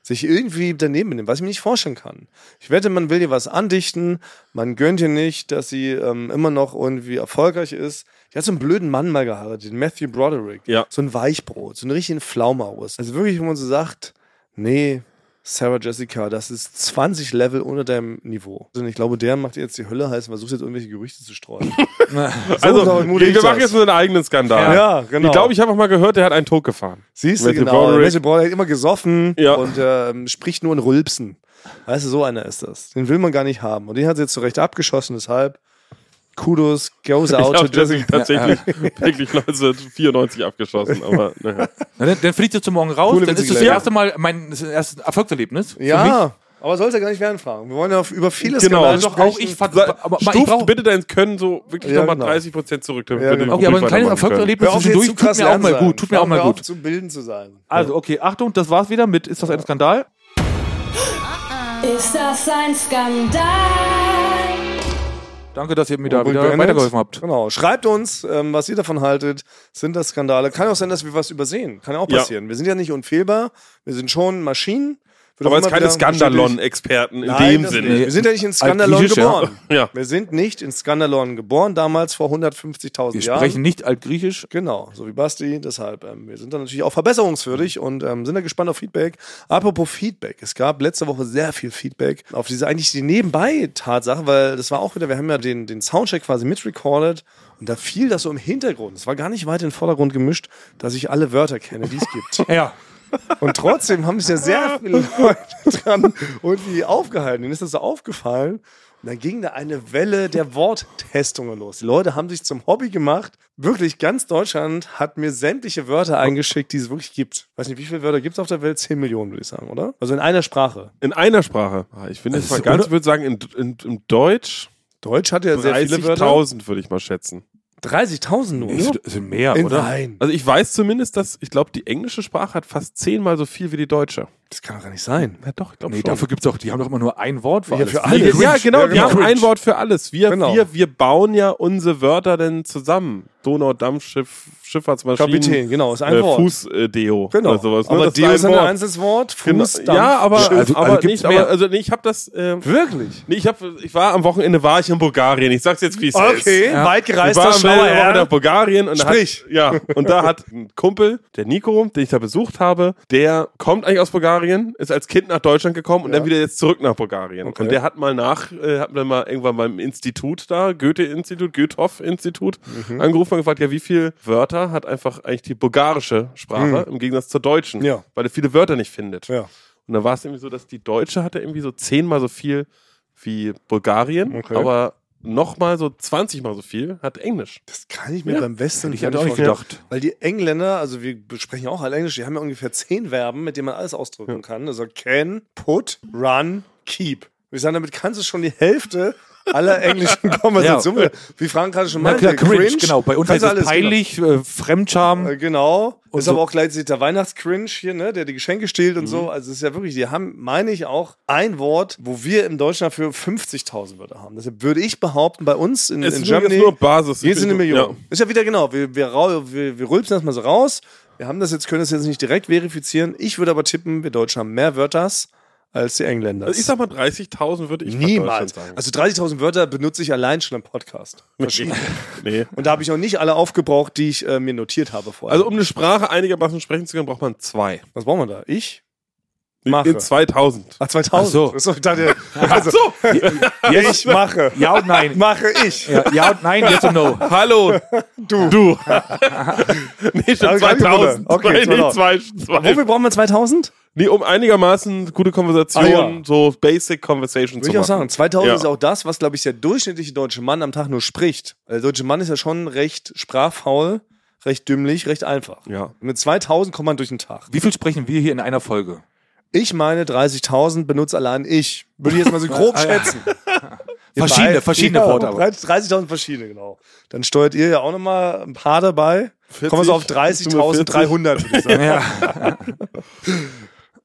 [SPEAKER 2] sich irgendwie daneben benimmt, was ich mir nicht vorstellen kann. Ich wette, man will ihr was andichten, man gönnt ihr nicht, dass sie ähm, immer noch irgendwie erfolgreich ist. Die hat so einen blöden Mann mal geheiratet, den Matthew Broderick.
[SPEAKER 3] Ja.
[SPEAKER 2] So ein Weichbrot, so einen richtigen Flaumaus. Also wirklich, wenn man so sagt, nee, Sarah Jessica, das ist 20 Level unter deinem Niveau. Und ich glaube, der macht jetzt die Hölle heiß, versucht jetzt irgendwelche Gerüchte zu streuen.
[SPEAKER 3] So, also, wir machen jetzt einen eigenen Skandal.
[SPEAKER 2] Ja, genau.
[SPEAKER 3] Ich glaube, ich habe auch mal gehört, der hat einen Tod gefahren.
[SPEAKER 2] Siehst du,
[SPEAKER 3] Matthew
[SPEAKER 2] genau.
[SPEAKER 3] Broderick.
[SPEAKER 2] Matthew Broderick hat immer gesoffen
[SPEAKER 3] Ja.
[SPEAKER 2] und ähm, spricht nur in Rülpsen. Weißt du, so einer ist das. Den will man gar nicht haben. Und den hat sie jetzt zu Recht abgeschossen, deshalb Kudos goes
[SPEAKER 3] Ich
[SPEAKER 2] out to
[SPEAKER 3] habe
[SPEAKER 2] Jessica.
[SPEAKER 3] Jessica tatsächlich wirklich 1994 abgeschossen, aber naja.
[SPEAKER 1] Na, dann, dann fliegt ihr zum Morgen raus.
[SPEAKER 2] Coole
[SPEAKER 1] dann ist
[SPEAKER 2] Witzigkeit.
[SPEAKER 1] das
[SPEAKER 2] Ja.
[SPEAKER 1] erste Mal mein das erste Erfolgserlebnis. für mich.
[SPEAKER 2] Ja, aber soll es ja gar nicht werden, fragen. Wir wollen ja auf- über vieles
[SPEAKER 3] Genau.
[SPEAKER 2] Skandale
[SPEAKER 3] Also
[SPEAKER 1] doch auch
[SPEAKER 2] sprechen.
[SPEAKER 1] ich fand,
[SPEAKER 3] Sa-
[SPEAKER 1] aber ich
[SPEAKER 3] Stuft
[SPEAKER 1] brauch,
[SPEAKER 3] bitte dein Können so wirklich
[SPEAKER 2] Ja,
[SPEAKER 3] nochmal
[SPEAKER 2] genau.
[SPEAKER 3] 30 Prozent zurück. damit
[SPEAKER 2] Ja,
[SPEAKER 3] wir den
[SPEAKER 2] genau.
[SPEAKER 1] Okay, aber ein
[SPEAKER 3] Beruf
[SPEAKER 1] kleines
[SPEAKER 3] weitermachen können.
[SPEAKER 1] Erfolgserlebnis
[SPEAKER 2] Hör auf, jetzt
[SPEAKER 1] zwischendurch
[SPEAKER 2] zu
[SPEAKER 1] tut
[SPEAKER 2] krass
[SPEAKER 1] mir auch mal
[SPEAKER 2] lernen
[SPEAKER 1] gut.
[SPEAKER 2] sein.
[SPEAKER 1] Tut mir auch mal
[SPEAKER 2] Hör auf,
[SPEAKER 1] gut.
[SPEAKER 2] zu bilden zu sein.
[SPEAKER 1] Also, okay, Achtung, das war's wieder mit Ist das ein Skandal?
[SPEAKER 5] Ist das ein Skandal?
[SPEAKER 1] Danke, dass ihr mir da
[SPEAKER 2] Und
[SPEAKER 1] wieder
[SPEAKER 2] beendet.
[SPEAKER 1] weitergeholfen habt.
[SPEAKER 2] Genau. Schreibt uns, ähm, was ihr davon haltet. Sind das Skandale? Kann auch sein, dass wir was übersehen. Kann ja auch
[SPEAKER 3] Ja.
[SPEAKER 2] passieren. Wir sind ja nicht unfehlbar. Wir sind schon Maschinen. Wird
[SPEAKER 3] Aber
[SPEAKER 2] auch
[SPEAKER 3] jetzt
[SPEAKER 2] immer
[SPEAKER 3] keine
[SPEAKER 2] wieder bestätigt.
[SPEAKER 3] Skandalon-Experten in
[SPEAKER 2] Nein,
[SPEAKER 3] dem
[SPEAKER 2] das
[SPEAKER 3] Sinne.
[SPEAKER 2] nicht. Wir sind ja nicht in Skandalon
[SPEAKER 1] Altgriechisch, ja.
[SPEAKER 2] geboren.
[SPEAKER 3] Ja.
[SPEAKER 2] Wir sind nicht in Skandalon geboren, damals vor 150.000
[SPEAKER 1] Wir
[SPEAKER 2] Jahren.
[SPEAKER 1] sprechen nicht altgriechisch.
[SPEAKER 2] Genau, so wie Basti. Deshalb, ähm, wir sind da natürlich auch verbesserungswürdig und ähm, sind da gespannt auf Feedback. Apropos Feedback, es gab letzte Woche sehr viel Feedback auf diese eigentlich die Nebenbei-Tatsache, weil das war auch wieder, wir haben ja den, den Soundcheck quasi mitrecorded und da fiel das so im Hintergrund. Es war gar nicht weit in den Vordergrund gemischt, dass ich alle Wörter kenne, die es gibt.
[SPEAKER 1] Ja.
[SPEAKER 2] Und trotzdem haben sich ja sehr viele Leute dran irgendwie aufgehalten. Ihnen ist das so aufgefallen. Und dann ging da eine Welle der Worttestungen los. Die Leute haben sich zum Hobby gemacht. Wirklich, ganz Deutschland hat mir sämtliche Wörter eingeschickt, die es wirklich gibt. Weiß nicht, wie viele Wörter gibt es auf der Welt? 10 Millionen, würde ich sagen, oder? Also in einer Sprache.
[SPEAKER 3] In einer Sprache. Ah, Ich finde,
[SPEAKER 1] Das
[SPEAKER 2] Also
[SPEAKER 3] es war
[SPEAKER 1] ist
[SPEAKER 3] ganz,
[SPEAKER 1] un-
[SPEAKER 3] würde sagen, in, in, im Deutsch
[SPEAKER 2] Deutsch hat ja sehr viele Wörter.
[SPEAKER 3] 30.000 würde ich mal schätzen.
[SPEAKER 2] 30.000 nur.
[SPEAKER 1] Ist, sind mehr,
[SPEAKER 2] Oh. In-
[SPEAKER 1] oder?
[SPEAKER 2] Nein,
[SPEAKER 3] Also ich weiß zumindest, dass ich glaube, die englische Sprache hat fast zehnmal so viel wie die deutsche.
[SPEAKER 2] das kann doch gar nicht sein.
[SPEAKER 3] Ja, doch, ich glaube
[SPEAKER 1] Nee, dafür gibt's auch, die haben doch immer nur ein Wort für
[SPEAKER 2] Ja,
[SPEAKER 1] alles.
[SPEAKER 2] für
[SPEAKER 1] Die-
[SPEAKER 2] alles.
[SPEAKER 3] Ja, genau,
[SPEAKER 2] Ja,
[SPEAKER 3] wir
[SPEAKER 2] genau.
[SPEAKER 3] haben ein Wort für alles. Wir,
[SPEAKER 2] Genau.
[SPEAKER 3] wir, wir bauen ja unsere Wörter denn zusammen. Donau, Dampfschiff, Schifffahrtsmaschinen.
[SPEAKER 2] Kapitän, genau, ist ein
[SPEAKER 3] äh,
[SPEAKER 2] Wort.
[SPEAKER 3] Fußdeo
[SPEAKER 2] Genau.
[SPEAKER 3] oder sowas. ne?
[SPEAKER 2] Aber
[SPEAKER 3] Das
[SPEAKER 2] Deo ist ein
[SPEAKER 3] Wort.
[SPEAKER 2] einzelnes Wort. Fuß,
[SPEAKER 3] Genau.
[SPEAKER 2] Dampf,
[SPEAKER 3] Ja, aber,
[SPEAKER 2] Schiff.
[SPEAKER 1] also-
[SPEAKER 3] aber
[SPEAKER 1] also gibt's
[SPEAKER 3] nicht,
[SPEAKER 1] mehr.
[SPEAKER 3] aber, also nee, ich habe das, ähm,
[SPEAKER 2] Wirklich?
[SPEAKER 3] nee, ich habe, ich war am Wochenende war ich in Bulgarien. Ich sag's jetzt, wie es ist.
[SPEAKER 2] Okay,
[SPEAKER 1] Ja.
[SPEAKER 2] weit
[SPEAKER 3] Ich
[SPEAKER 2] gereister
[SPEAKER 3] war am
[SPEAKER 2] schlauer
[SPEAKER 3] Wochenende in
[SPEAKER 2] Herr.
[SPEAKER 3] der Bulgarien und da
[SPEAKER 2] Sprich.
[SPEAKER 3] Hat, ja, und da hat ein Kumpel, der Nico, den ich da besucht habe, der kommt eigentlich aus Bulgarien, ist als Kind nach Deutschland gekommen und dann wieder jetzt zurück nach Bulgarien.
[SPEAKER 2] Okay.
[SPEAKER 3] Und der hat mal nach, äh, hat mir mal irgendwann beim Institut da, Goethe-Institut, Goethoff-Institut,
[SPEAKER 2] Mhm.
[SPEAKER 3] angerufen und gefragt, ja, wie viel Wörter hat einfach eigentlich die bulgarische Sprache im Gegensatz zur deutschen,
[SPEAKER 2] Mhm. Ja.
[SPEAKER 3] weil er viele Wörter nicht findet.
[SPEAKER 2] Ja.
[SPEAKER 3] Und dann war es irgendwie so, dass die Deutsche hatte irgendwie so zehnmal so viel wie Bulgarien,
[SPEAKER 2] Okay.
[SPEAKER 3] aber nochmal so 20 mal so viel hat Englisch.
[SPEAKER 2] Das kann ich mir beim Westen
[SPEAKER 1] ich hätte auch nicht
[SPEAKER 2] vorstellen.
[SPEAKER 1] gedacht.
[SPEAKER 2] Weil die Engländer, also wir besprechen ja auch alle Englisch, die haben ja ungefähr zehn Verben, mit denen man alles ausdrücken kann. Also can, put, run, keep. Wir sagen, damit kannst du schon die Hälfte aller englischen Konversationen. Wie Frank gerade schon
[SPEAKER 1] Na
[SPEAKER 2] meinte,
[SPEAKER 1] klar, cringe, genau. Bei uns
[SPEAKER 2] kannst
[SPEAKER 1] heißt
[SPEAKER 2] du
[SPEAKER 1] es
[SPEAKER 2] alles,
[SPEAKER 1] peinlich, äh, Fremdscham.
[SPEAKER 2] Genau. Äh, Genau.
[SPEAKER 1] Und
[SPEAKER 2] ist
[SPEAKER 1] so- Mhm.
[SPEAKER 2] aber auch gleichzeitig der Weihnachtscringe hier, ne, der die Geschenke stiehlt und so. Also es ist ja wirklich, die haben, meine ich auch, ein Wort, wo wir im Deutschen dafür 50.000 Wörter haben. Deshalb würde ich behaupten, bei uns in,
[SPEAKER 3] Es
[SPEAKER 2] in
[SPEAKER 3] ist nur-
[SPEAKER 2] Germany
[SPEAKER 3] jetzt nur Basis.
[SPEAKER 2] Jetzt sind eine Million.
[SPEAKER 3] Ja.
[SPEAKER 2] Ist ja wieder genau. Wir, wir, rau- wir, wir rülpsen das mal so raus. Wir haben das jetzt, können das jetzt nicht direkt verifizieren. Ich würde aber tippen, wir Deutschen haben mehr Wörters als die Engländer.
[SPEAKER 3] Also ich sag mal 30.000 würde ich bei
[SPEAKER 2] Niemals.
[SPEAKER 3] Deutschland
[SPEAKER 2] Also 30.000 Wörter benutze ich allein schon im Podcast.
[SPEAKER 3] sagen. nee.
[SPEAKER 2] Und da habe ich noch nicht alle aufgebraucht, die ich äh, mir notiert habe vorher.
[SPEAKER 3] Also um eine Sprache einigermaßen sprechen zu können, braucht man zwei.
[SPEAKER 2] was brauchen wir da? Ich? Mache.
[SPEAKER 3] In 2000.
[SPEAKER 2] Ach, 2000.
[SPEAKER 1] Ach so.
[SPEAKER 2] ich dachte, also,
[SPEAKER 3] So,
[SPEAKER 2] ich mache.
[SPEAKER 1] Ja und nein.
[SPEAKER 2] Mache ich.
[SPEAKER 1] Ja, ja und nein, yes und no.
[SPEAKER 3] hallo. Du. Du. nee,
[SPEAKER 2] Aber
[SPEAKER 3] schon
[SPEAKER 2] ich hab
[SPEAKER 3] 2000.
[SPEAKER 2] gewundert. Also Okay,
[SPEAKER 3] Zwei, nee,
[SPEAKER 2] 2000.
[SPEAKER 3] zwei, zwei.
[SPEAKER 2] Wofür brauchen wir 2000?
[SPEAKER 3] Nee, um einigermaßen gute Konversation,
[SPEAKER 2] Ah, ja.
[SPEAKER 3] so basic conversation zu
[SPEAKER 2] Würde ich
[SPEAKER 3] machen.
[SPEAKER 2] auch sagen. 2000
[SPEAKER 3] Ja.
[SPEAKER 2] ist auch das, was, glaube ich, der durchschnittliche deutsche Mann am Tag nur spricht. Weil Der deutsche Mann ist ja schon recht sprachfaul, recht dümmlich, recht einfach.
[SPEAKER 3] Ja.
[SPEAKER 2] Mit 2000 kommt man durch den Tag.
[SPEAKER 1] Wie viel sprechen wir hier in einer Folge?
[SPEAKER 2] Ich meine, 30.000 benutzt allein ich. Würde ich jetzt mal so grob schätzen. Ihr
[SPEAKER 1] Ah, Verschiedene,
[SPEAKER 2] beide-
[SPEAKER 1] verschiedene
[SPEAKER 2] Ja,
[SPEAKER 1] Worte aber.
[SPEAKER 2] 30.000 verschiedene, genau. Dann steuert ihr ja auch nochmal ein paar dabei.
[SPEAKER 3] 40,
[SPEAKER 2] Kommen wir so auf 30.300, würde ich sagen.
[SPEAKER 1] Ah, Ja.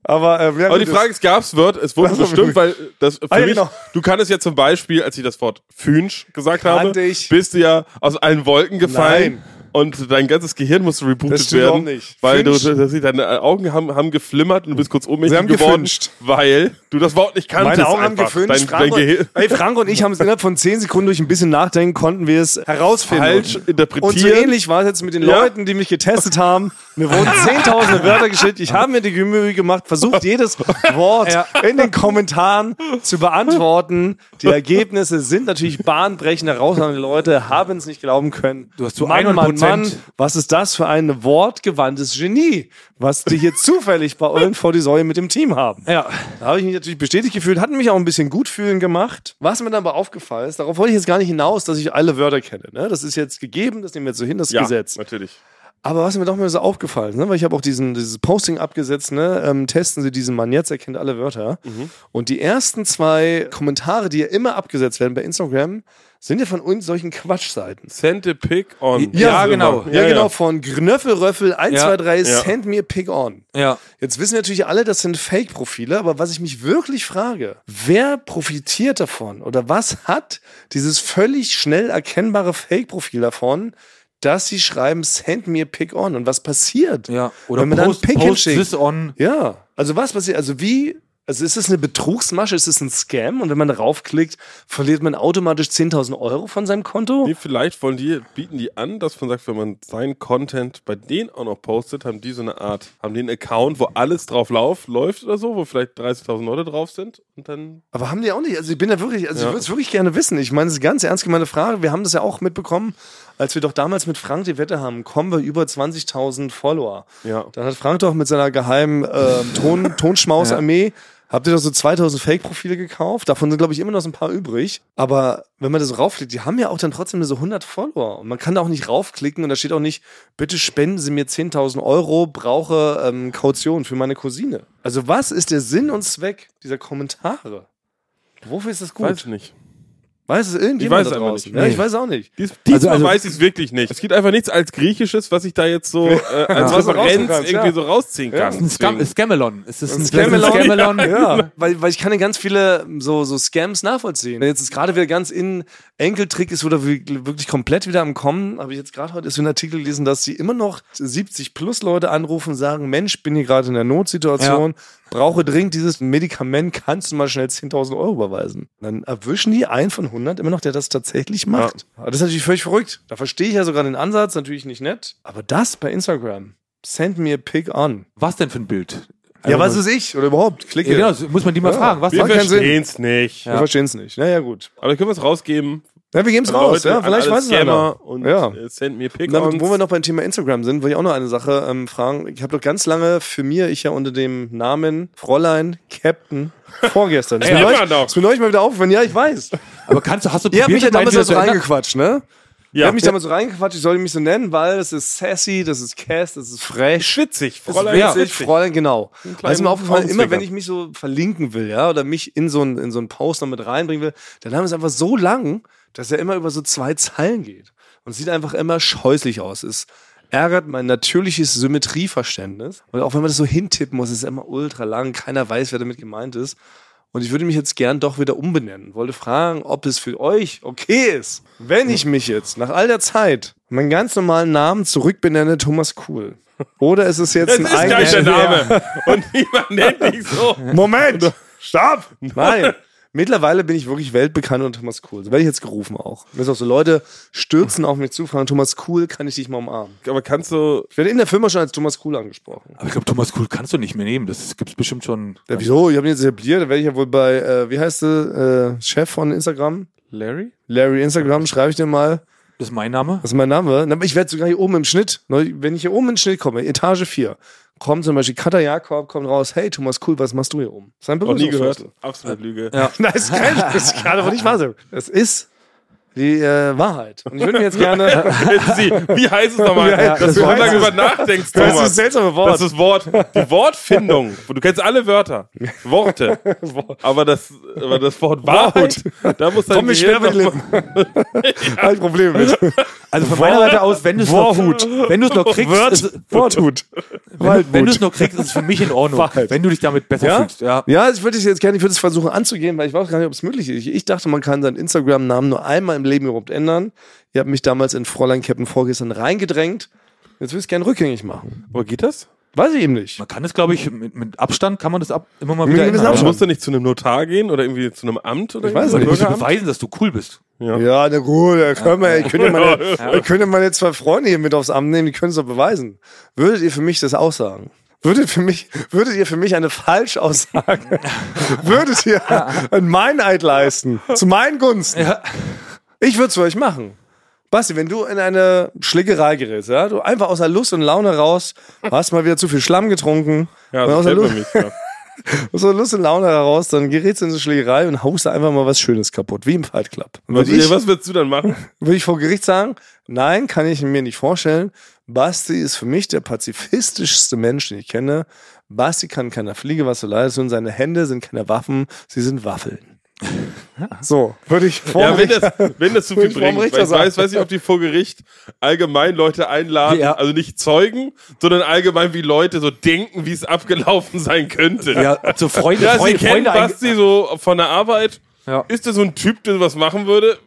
[SPEAKER 2] Aber, ähm, ja,
[SPEAKER 3] Aber die
[SPEAKER 2] gut,
[SPEAKER 3] Frage ist, gab's Wort? Es wurde
[SPEAKER 2] Das war
[SPEAKER 3] bestimmt,
[SPEAKER 2] wirklich-
[SPEAKER 3] weil äh, das für
[SPEAKER 2] Ah, ja,
[SPEAKER 3] mich,
[SPEAKER 2] genau.
[SPEAKER 3] du kannst ja zum Beispiel, als ich das Wort Fünsch gesagt
[SPEAKER 2] Kannte
[SPEAKER 3] habe,
[SPEAKER 2] ich.
[SPEAKER 3] bist du ja aus allen Wolken gefallen.
[SPEAKER 2] Nein.
[SPEAKER 3] und dein ganzes Gehirn musste rebootet
[SPEAKER 2] Das stimmt
[SPEAKER 3] werden.
[SPEAKER 2] auch nicht.
[SPEAKER 3] Weil du,
[SPEAKER 2] Finch.
[SPEAKER 3] das, deine äh, Augen haben, haben geflimmert und du bist kurz ohnmächtig
[SPEAKER 2] haben
[SPEAKER 3] geworden,
[SPEAKER 2] gefinscht.
[SPEAKER 3] weil du das Wort nicht kanntest.
[SPEAKER 2] Meine Augen haben
[SPEAKER 3] einfach.
[SPEAKER 2] geföhnt.
[SPEAKER 3] Dein, dein
[SPEAKER 2] Frank,
[SPEAKER 3] Gehirn
[SPEAKER 2] und, ey, Frank und ich haben es innerhalb von 10 Sekunden durch ein bisschen Nachdenken konnten wir es herausfinden.
[SPEAKER 3] falsch
[SPEAKER 2] Und so
[SPEAKER 3] interpretieren.
[SPEAKER 2] ähnlich war es jetzt mit den
[SPEAKER 3] Ja.
[SPEAKER 2] Leuten, die mich getestet haben. Mir wurden zehntausende Wörter geschickt. Ich habe mir die Mühe gemacht, versucht jedes Wort in den Kommentaren zu beantworten. Die Ergebnisse sind natürlich bahnbrechend heraus. Die Leute haben es nicht glauben können. Du
[SPEAKER 1] hast zu
[SPEAKER 2] Mann, Mann,
[SPEAKER 1] 100%
[SPEAKER 2] Mann, was ist das für ein wortgewandtes Genie, was die hier zufällig bei Ulm vor die Säule mit dem Team haben.
[SPEAKER 1] Ja.
[SPEAKER 2] Da habe ich mich natürlich bestätigt gefühlt, hat mich auch ein bisschen gut fühlen gemacht. Was mir dann aber aufgefallen ist, darauf wollte ich jetzt gar nicht hinaus, dass ich alle Wörter kenne. Ne? Das ist jetzt gegeben, das nehmen wir jetzt so hin, das ist Gesetz.
[SPEAKER 3] natürlich.
[SPEAKER 2] Aber was mir doch mal so aufgefallen ist, ne? weil ich habe auch diesen, dieses Posting abgesetzt, ne? ähm, testen Sie diesen Mann jetzt, er kennt alle Wörter. Und die ersten zwei Kommentare, die ja immer abgesetzt werden bei Instagram, sind ja von uns solchen Quatschseiten.
[SPEAKER 3] Send a pick on.
[SPEAKER 1] Ja, genau.
[SPEAKER 2] Ja, genau, von Gnöffelröffel 123,
[SPEAKER 3] Ja.
[SPEAKER 2] send mir pick on.
[SPEAKER 1] Ja.
[SPEAKER 2] Jetzt wissen natürlich alle, das sind Fake-Profile, aber was ich mich wirklich frage, wer profitiert davon oder was hat dieses völlig schnell erkennbare Fake-Profil davon, dass sie schreiben, send me a pick on und was passiert?
[SPEAKER 1] Ja. Oder
[SPEAKER 2] Wenn man dann
[SPEAKER 1] post,
[SPEAKER 2] Pick
[SPEAKER 1] post
[SPEAKER 2] hinschickt.
[SPEAKER 1] this on.
[SPEAKER 2] Ja, also was passiert, also wie, also ist es eine Betrugsmasche, ist es ein Scam und wenn man draufklickt, verliert man automatisch 10.000 Euro von seinem Konto?
[SPEAKER 3] Nee, vielleicht wollen die, bieten die an, dass man sagt, wenn man seinen Content bei denen auch noch postet, haben die so eine Art, haben den Account, wo alles drauf lauf, läuft oder so, wo vielleicht 30.000 Leute drauf sind und dann.
[SPEAKER 2] Aber haben die auch nicht, also ich bin da wirklich, also
[SPEAKER 3] Ja.
[SPEAKER 2] ich würde es wirklich gerne wissen. Ich meine, das ist eine ganz ernst gemeinte Frage. Wir haben das ja auch mitbekommen, als wir doch damals mit Frank die Wette haben, kommen wir über 20.000 Follower.
[SPEAKER 3] Ja.
[SPEAKER 2] Dann hat Frank doch mit seiner geheimen ähm, Ton, Tonschmaus-Armee, habt ihr doch so 2000 Fake-Profile gekauft. Davon sind, glaube ich, immer noch so ein paar übrig. Aber wenn man da so raufklickt, die haben ja auch dann trotzdem nur so 100 Follower. Und man kann da auch nicht raufklicken und da steht auch nicht, bitte spenden Sie mir 10.000 Euro, brauche ähm, Kaution für meine Cousine. Also was ist der Sinn und Zweck dieser Kommentare? Wofür ist das gut?
[SPEAKER 3] Weiß ich nicht.
[SPEAKER 2] Weiß es irgendjemand
[SPEAKER 3] Ich
[SPEAKER 2] da
[SPEAKER 3] weiß es einfach
[SPEAKER 2] draußen?
[SPEAKER 3] nicht.
[SPEAKER 2] Ja,
[SPEAKER 3] Nee.
[SPEAKER 2] ich weiß auch nicht.
[SPEAKER 3] Dies, diesmal
[SPEAKER 1] also-
[SPEAKER 3] weiß ich es wirklich nicht. Es gibt einfach nichts als Griechisches, was ich da jetzt so äh, als
[SPEAKER 2] Was du rausziehen
[SPEAKER 3] Referenz
[SPEAKER 2] kannst,
[SPEAKER 3] irgendwie
[SPEAKER 2] ja.
[SPEAKER 3] so rausziehen kann.
[SPEAKER 1] Ein Scam
[SPEAKER 3] Deswegen-
[SPEAKER 1] Scamelon. Ist das ein
[SPEAKER 2] Scamelon?
[SPEAKER 1] Scamelon?
[SPEAKER 2] Ja, weil, weil ich kann ja ganz viele ähm, so, so Scams nachvollziehen. Jetzt ist gerade wieder ganz in Enkeltrick ist oder wirklich komplett wieder am Kommen. Habe ich jetzt gerade heute erst so einen Artikel gelesen, dass sie immer noch 70 plus Leute anrufen und sagen, Mensch, bin hier gerade in der Notsituation, brauche dringend dieses Medikament, kannst du mal schnell 10.000 Euro überweisen. Und Dann erwischen die einen von 100 immer noch, der das tatsächlich macht. Das ist natürlich völlig verrückt. Da verstehe ich ja sogar den Ansatz, natürlich nicht nett. Aber das bei Instagram. Send me a pig on. Also
[SPEAKER 1] Was denn für ein Bild? Also,
[SPEAKER 2] Ja, was ist ich? Oder überhaupt? Klicke.
[SPEAKER 1] Ja, genau, das muss man die mal
[SPEAKER 2] Ja.
[SPEAKER 1] fragen. Was
[SPEAKER 3] Wir
[SPEAKER 2] Macht keinen Sinn.
[SPEAKER 3] verstehen es nicht.
[SPEAKER 2] Wir verstehen es nicht. Naja, gut.
[SPEAKER 3] Aber können wir es rausgeben.
[SPEAKER 2] Ja, wir geben es
[SPEAKER 3] An
[SPEAKER 2] raus.
[SPEAKER 3] Leute,
[SPEAKER 2] ja,
[SPEAKER 3] an
[SPEAKER 2] vielleicht
[SPEAKER 3] alle
[SPEAKER 2] weiß es
[SPEAKER 3] Scammer
[SPEAKER 2] einer.
[SPEAKER 3] Und
[SPEAKER 2] ja.
[SPEAKER 3] äh, send me pick
[SPEAKER 2] Und damit, wo wir
[SPEAKER 3] on.
[SPEAKER 2] noch beim Thema Instagram sind, will ich auch noch eine Sache ähm, fragen. Ich habe doch ganz lange für mir, ich ja unter dem Namen Fräulein Captain vorgestern. Ist mir
[SPEAKER 3] Ey,
[SPEAKER 2] neulich-
[SPEAKER 3] immer noch.
[SPEAKER 2] ist mir neulich mal wieder aufgefallen. Ja, ich weiß.
[SPEAKER 1] Aber kannst du, hast du
[SPEAKER 2] Ihr habt mich ja
[SPEAKER 1] den
[SPEAKER 2] damals
[SPEAKER 1] Titel
[SPEAKER 2] da so
[SPEAKER 1] zu ändern?
[SPEAKER 2] reingequatscht, ne? Ihr
[SPEAKER 3] Ja.
[SPEAKER 2] habt mich damals so reingequatscht, ich sollte mich so nennen, weil das ist sassy, das ist cass, das ist fresh.
[SPEAKER 3] Schwitzig. Fräulein
[SPEAKER 2] Fräulein, witzig,
[SPEAKER 3] Schwitzig.
[SPEAKER 2] Fräulein, genau. Weil es mir aufgefallen, immer
[SPEAKER 3] Augenzwinkern.
[SPEAKER 2] wenn ich mich so verlinken will, ja, oder mich in so einen in so einen Post noch mit reinbringen will, der Name ist einfach so lang, dass er immer über so zwei Zeilen geht. Und sieht einfach immer scheußlich aus. Es ärgert mein natürliches Symmetrieverständnis. Und auch wenn man das so hintippen muss, ist es immer ultra lang. Keiner weiß, wer damit gemeint ist. Und ich würde mich jetzt gern doch wieder umbenennen. Wollte fragen, ob es für euch okay ist, wenn ich mich jetzt nach all der Zeit meinen ganz normalen Namen zurückbenenne, Thomas Kuhl. Oder ist es jetzt
[SPEAKER 3] Das
[SPEAKER 2] ein
[SPEAKER 3] ist gleich der
[SPEAKER 2] eigener
[SPEAKER 3] Name. Und niemand nennt dich so.
[SPEAKER 2] Moment! Stopp! Nein! Mittlerweile bin ich wirklich weltbekannt unter Thomas Kuhl. So werde ich jetzt gerufen auch. Mir ist auch so, Leute stürzen auf mich zu, fragen, Thomas Kuhl, kann ich dich mal umarmen?
[SPEAKER 3] Aber kannst du
[SPEAKER 2] Ich werde in der Firma schon als Thomas Kuhl angesprochen.
[SPEAKER 1] Aber ich glaube, Thomas Kuhl kannst du nicht mehr nehmen. Das gibt's bestimmt schon.
[SPEAKER 2] Ja, wieso? Ich habe ihn jetzt etabliert, da werde ich ja wohl bei, äh, wie heißt der, äh, Chef von Instagram?
[SPEAKER 3] Larry?
[SPEAKER 2] Larry Instagram, schreibe ich dir mal.
[SPEAKER 1] Das ist mein Name.
[SPEAKER 2] Das ist mein Name. Na, aber Ich werde sogar hier oben im Schnitt, ne, wenn ich hier oben im Schnitt komme, Etage 4, kommt zum Beispiel Katha Jakob, kommt raus, hey Thomas Kuhl, was machst du hier oben? Sein
[SPEAKER 3] Noch nie gehört. Absolut Lüge.
[SPEAKER 1] Ja.
[SPEAKER 2] Nein, das ist kein, das kann aber nicht wahr sein. Das Ah. ist die äh, Wahrheit. Und ich würde mir jetzt gerne,
[SPEAKER 3] Jetzt Sie, wie heißt es nochmal?
[SPEAKER 2] Ja,
[SPEAKER 3] dass
[SPEAKER 2] das
[SPEAKER 3] du so
[SPEAKER 2] weiß
[SPEAKER 3] lange
[SPEAKER 2] ich.
[SPEAKER 3] über nachdenkst,
[SPEAKER 2] das ist
[SPEAKER 3] Thomas.
[SPEAKER 2] das seltsame
[SPEAKER 3] Das
[SPEAKER 2] Wort.
[SPEAKER 3] ist Wort. Die Wortfindung. Du kennst alle Wörter. Worte. Aber das, aber das Wort Wahrheit, da muss dein
[SPEAKER 2] Komm mir schwer
[SPEAKER 3] Gehirn
[SPEAKER 2] mit den
[SPEAKER 3] noch-
[SPEAKER 2] Lippen. Hab ich Probleme mit.
[SPEAKER 1] Also von meiner Seite aus, wenn du es noch,
[SPEAKER 2] Warhut.
[SPEAKER 1] wenn du es noch kriegst, ist,
[SPEAKER 2] Worthut.
[SPEAKER 1] wenn, wenn du es noch kriegst, ist es für mich in Ordnung.
[SPEAKER 2] Wahrheit.
[SPEAKER 1] Wenn du dich damit besser
[SPEAKER 2] Ja?
[SPEAKER 1] fühlst. Ja.
[SPEAKER 2] ja, ich würde es jetzt gerne, ich würde es versuchen anzugehen, weil ich weiß gar nicht, ob es möglich ist. Ich dachte, man kann seinen Instagram-Namen nur einmal im Leben überhaupt ändern. Ihr habt mich damals in Fräulein Captain vorgestern reingedrängt. Jetzt will ich es gerne rückgängig machen.
[SPEAKER 3] Wo geht das?
[SPEAKER 2] Weiß ich eben nicht.
[SPEAKER 1] Man kann es, glaube ich, mit, mit Abstand kann man das ab, immer mal
[SPEAKER 2] Mit
[SPEAKER 1] wieder
[SPEAKER 2] einem gewissen
[SPEAKER 1] ändern.
[SPEAKER 2] Abstand.
[SPEAKER 3] Also musst du nicht zu einem Notar gehen oder irgendwie zu einem Amt oder
[SPEAKER 2] Ich weiß
[SPEAKER 1] Du
[SPEAKER 2] nicht.
[SPEAKER 1] musst
[SPEAKER 3] irgendwie
[SPEAKER 1] beweisen, dass du cool bist.
[SPEAKER 3] Ja.
[SPEAKER 2] Ja, na gut, da können wir, ich, könnte meine, ich könnte meine zwei Freunde hier mit aufs Amt nehmen, die können es doch beweisen. Würdet ihr für mich das aussagen? Würdet, für mich, würdet ihr für mich eine Falschaussage? würdet ihr ein Meineid leisten? Zu meinen Gunsten? Ich würde es für euch machen. Basti, wenn du in eine Schlägerei gerätst, ja, du einfach aus der Lust und Laune raus, hast mal wieder zu viel Schlamm getrunken,
[SPEAKER 3] Ja,
[SPEAKER 2] und
[SPEAKER 3] das
[SPEAKER 2] aus, der
[SPEAKER 3] kennt man
[SPEAKER 2] Lust,
[SPEAKER 3] mich. Ja.
[SPEAKER 2] aus der Lust und Laune heraus, dann gerätst du in eine Schlägerei und haust da einfach mal was Schönes kaputt, wie im Fight Club. Und
[SPEAKER 3] Was,
[SPEAKER 2] ich-
[SPEAKER 3] was willst du dann machen?
[SPEAKER 2] würde ich vor Gericht sagen, nein, kann ich mir nicht vorstellen. Basti ist für mich der pazifistischste Mensch, den ich kenne. Basti kann keiner Fliege was zu leid tun. Seine Hände sind keine Waffen, sie sind Waffeln. So, würde ich vor
[SPEAKER 3] Ja, wenn
[SPEAKER 2] Gericht-
[SPEAKER 3] das, wenn das zu
[SPEAKER 2] Will
[SPEAKER 3] viel
[SPEAKER 2] ich vor dem
[SPEAKER 3] bringt. Weil ich
[SPEAKER 2] Richter sagen.
[SPEAKER 3] weiß, weiß nicht, ob die vor Gericht allgemein Leute einladen,
[SPEAKER 1] Ja.
[SPEAKER 3] also nicht Zeugen, sondern allgemein, wie Leute so denken, wie es abgelaufen sein könnte.
[SPEAKER 2] also
[SPEAKER 1] Ja, zu Also Freunde,
[SPEAKER 3] Ja,
[SPEAKER 1] Freunde,
[SPEAKER 3] Sie kennen
[SPEAKER 1] Freunde einge-
[SPEAKER 3] Basti so von der Arbeit.
[SPEAKER 1] Ja.
[SPEAKER 3] Ist das so ein Typ, der was machen würde?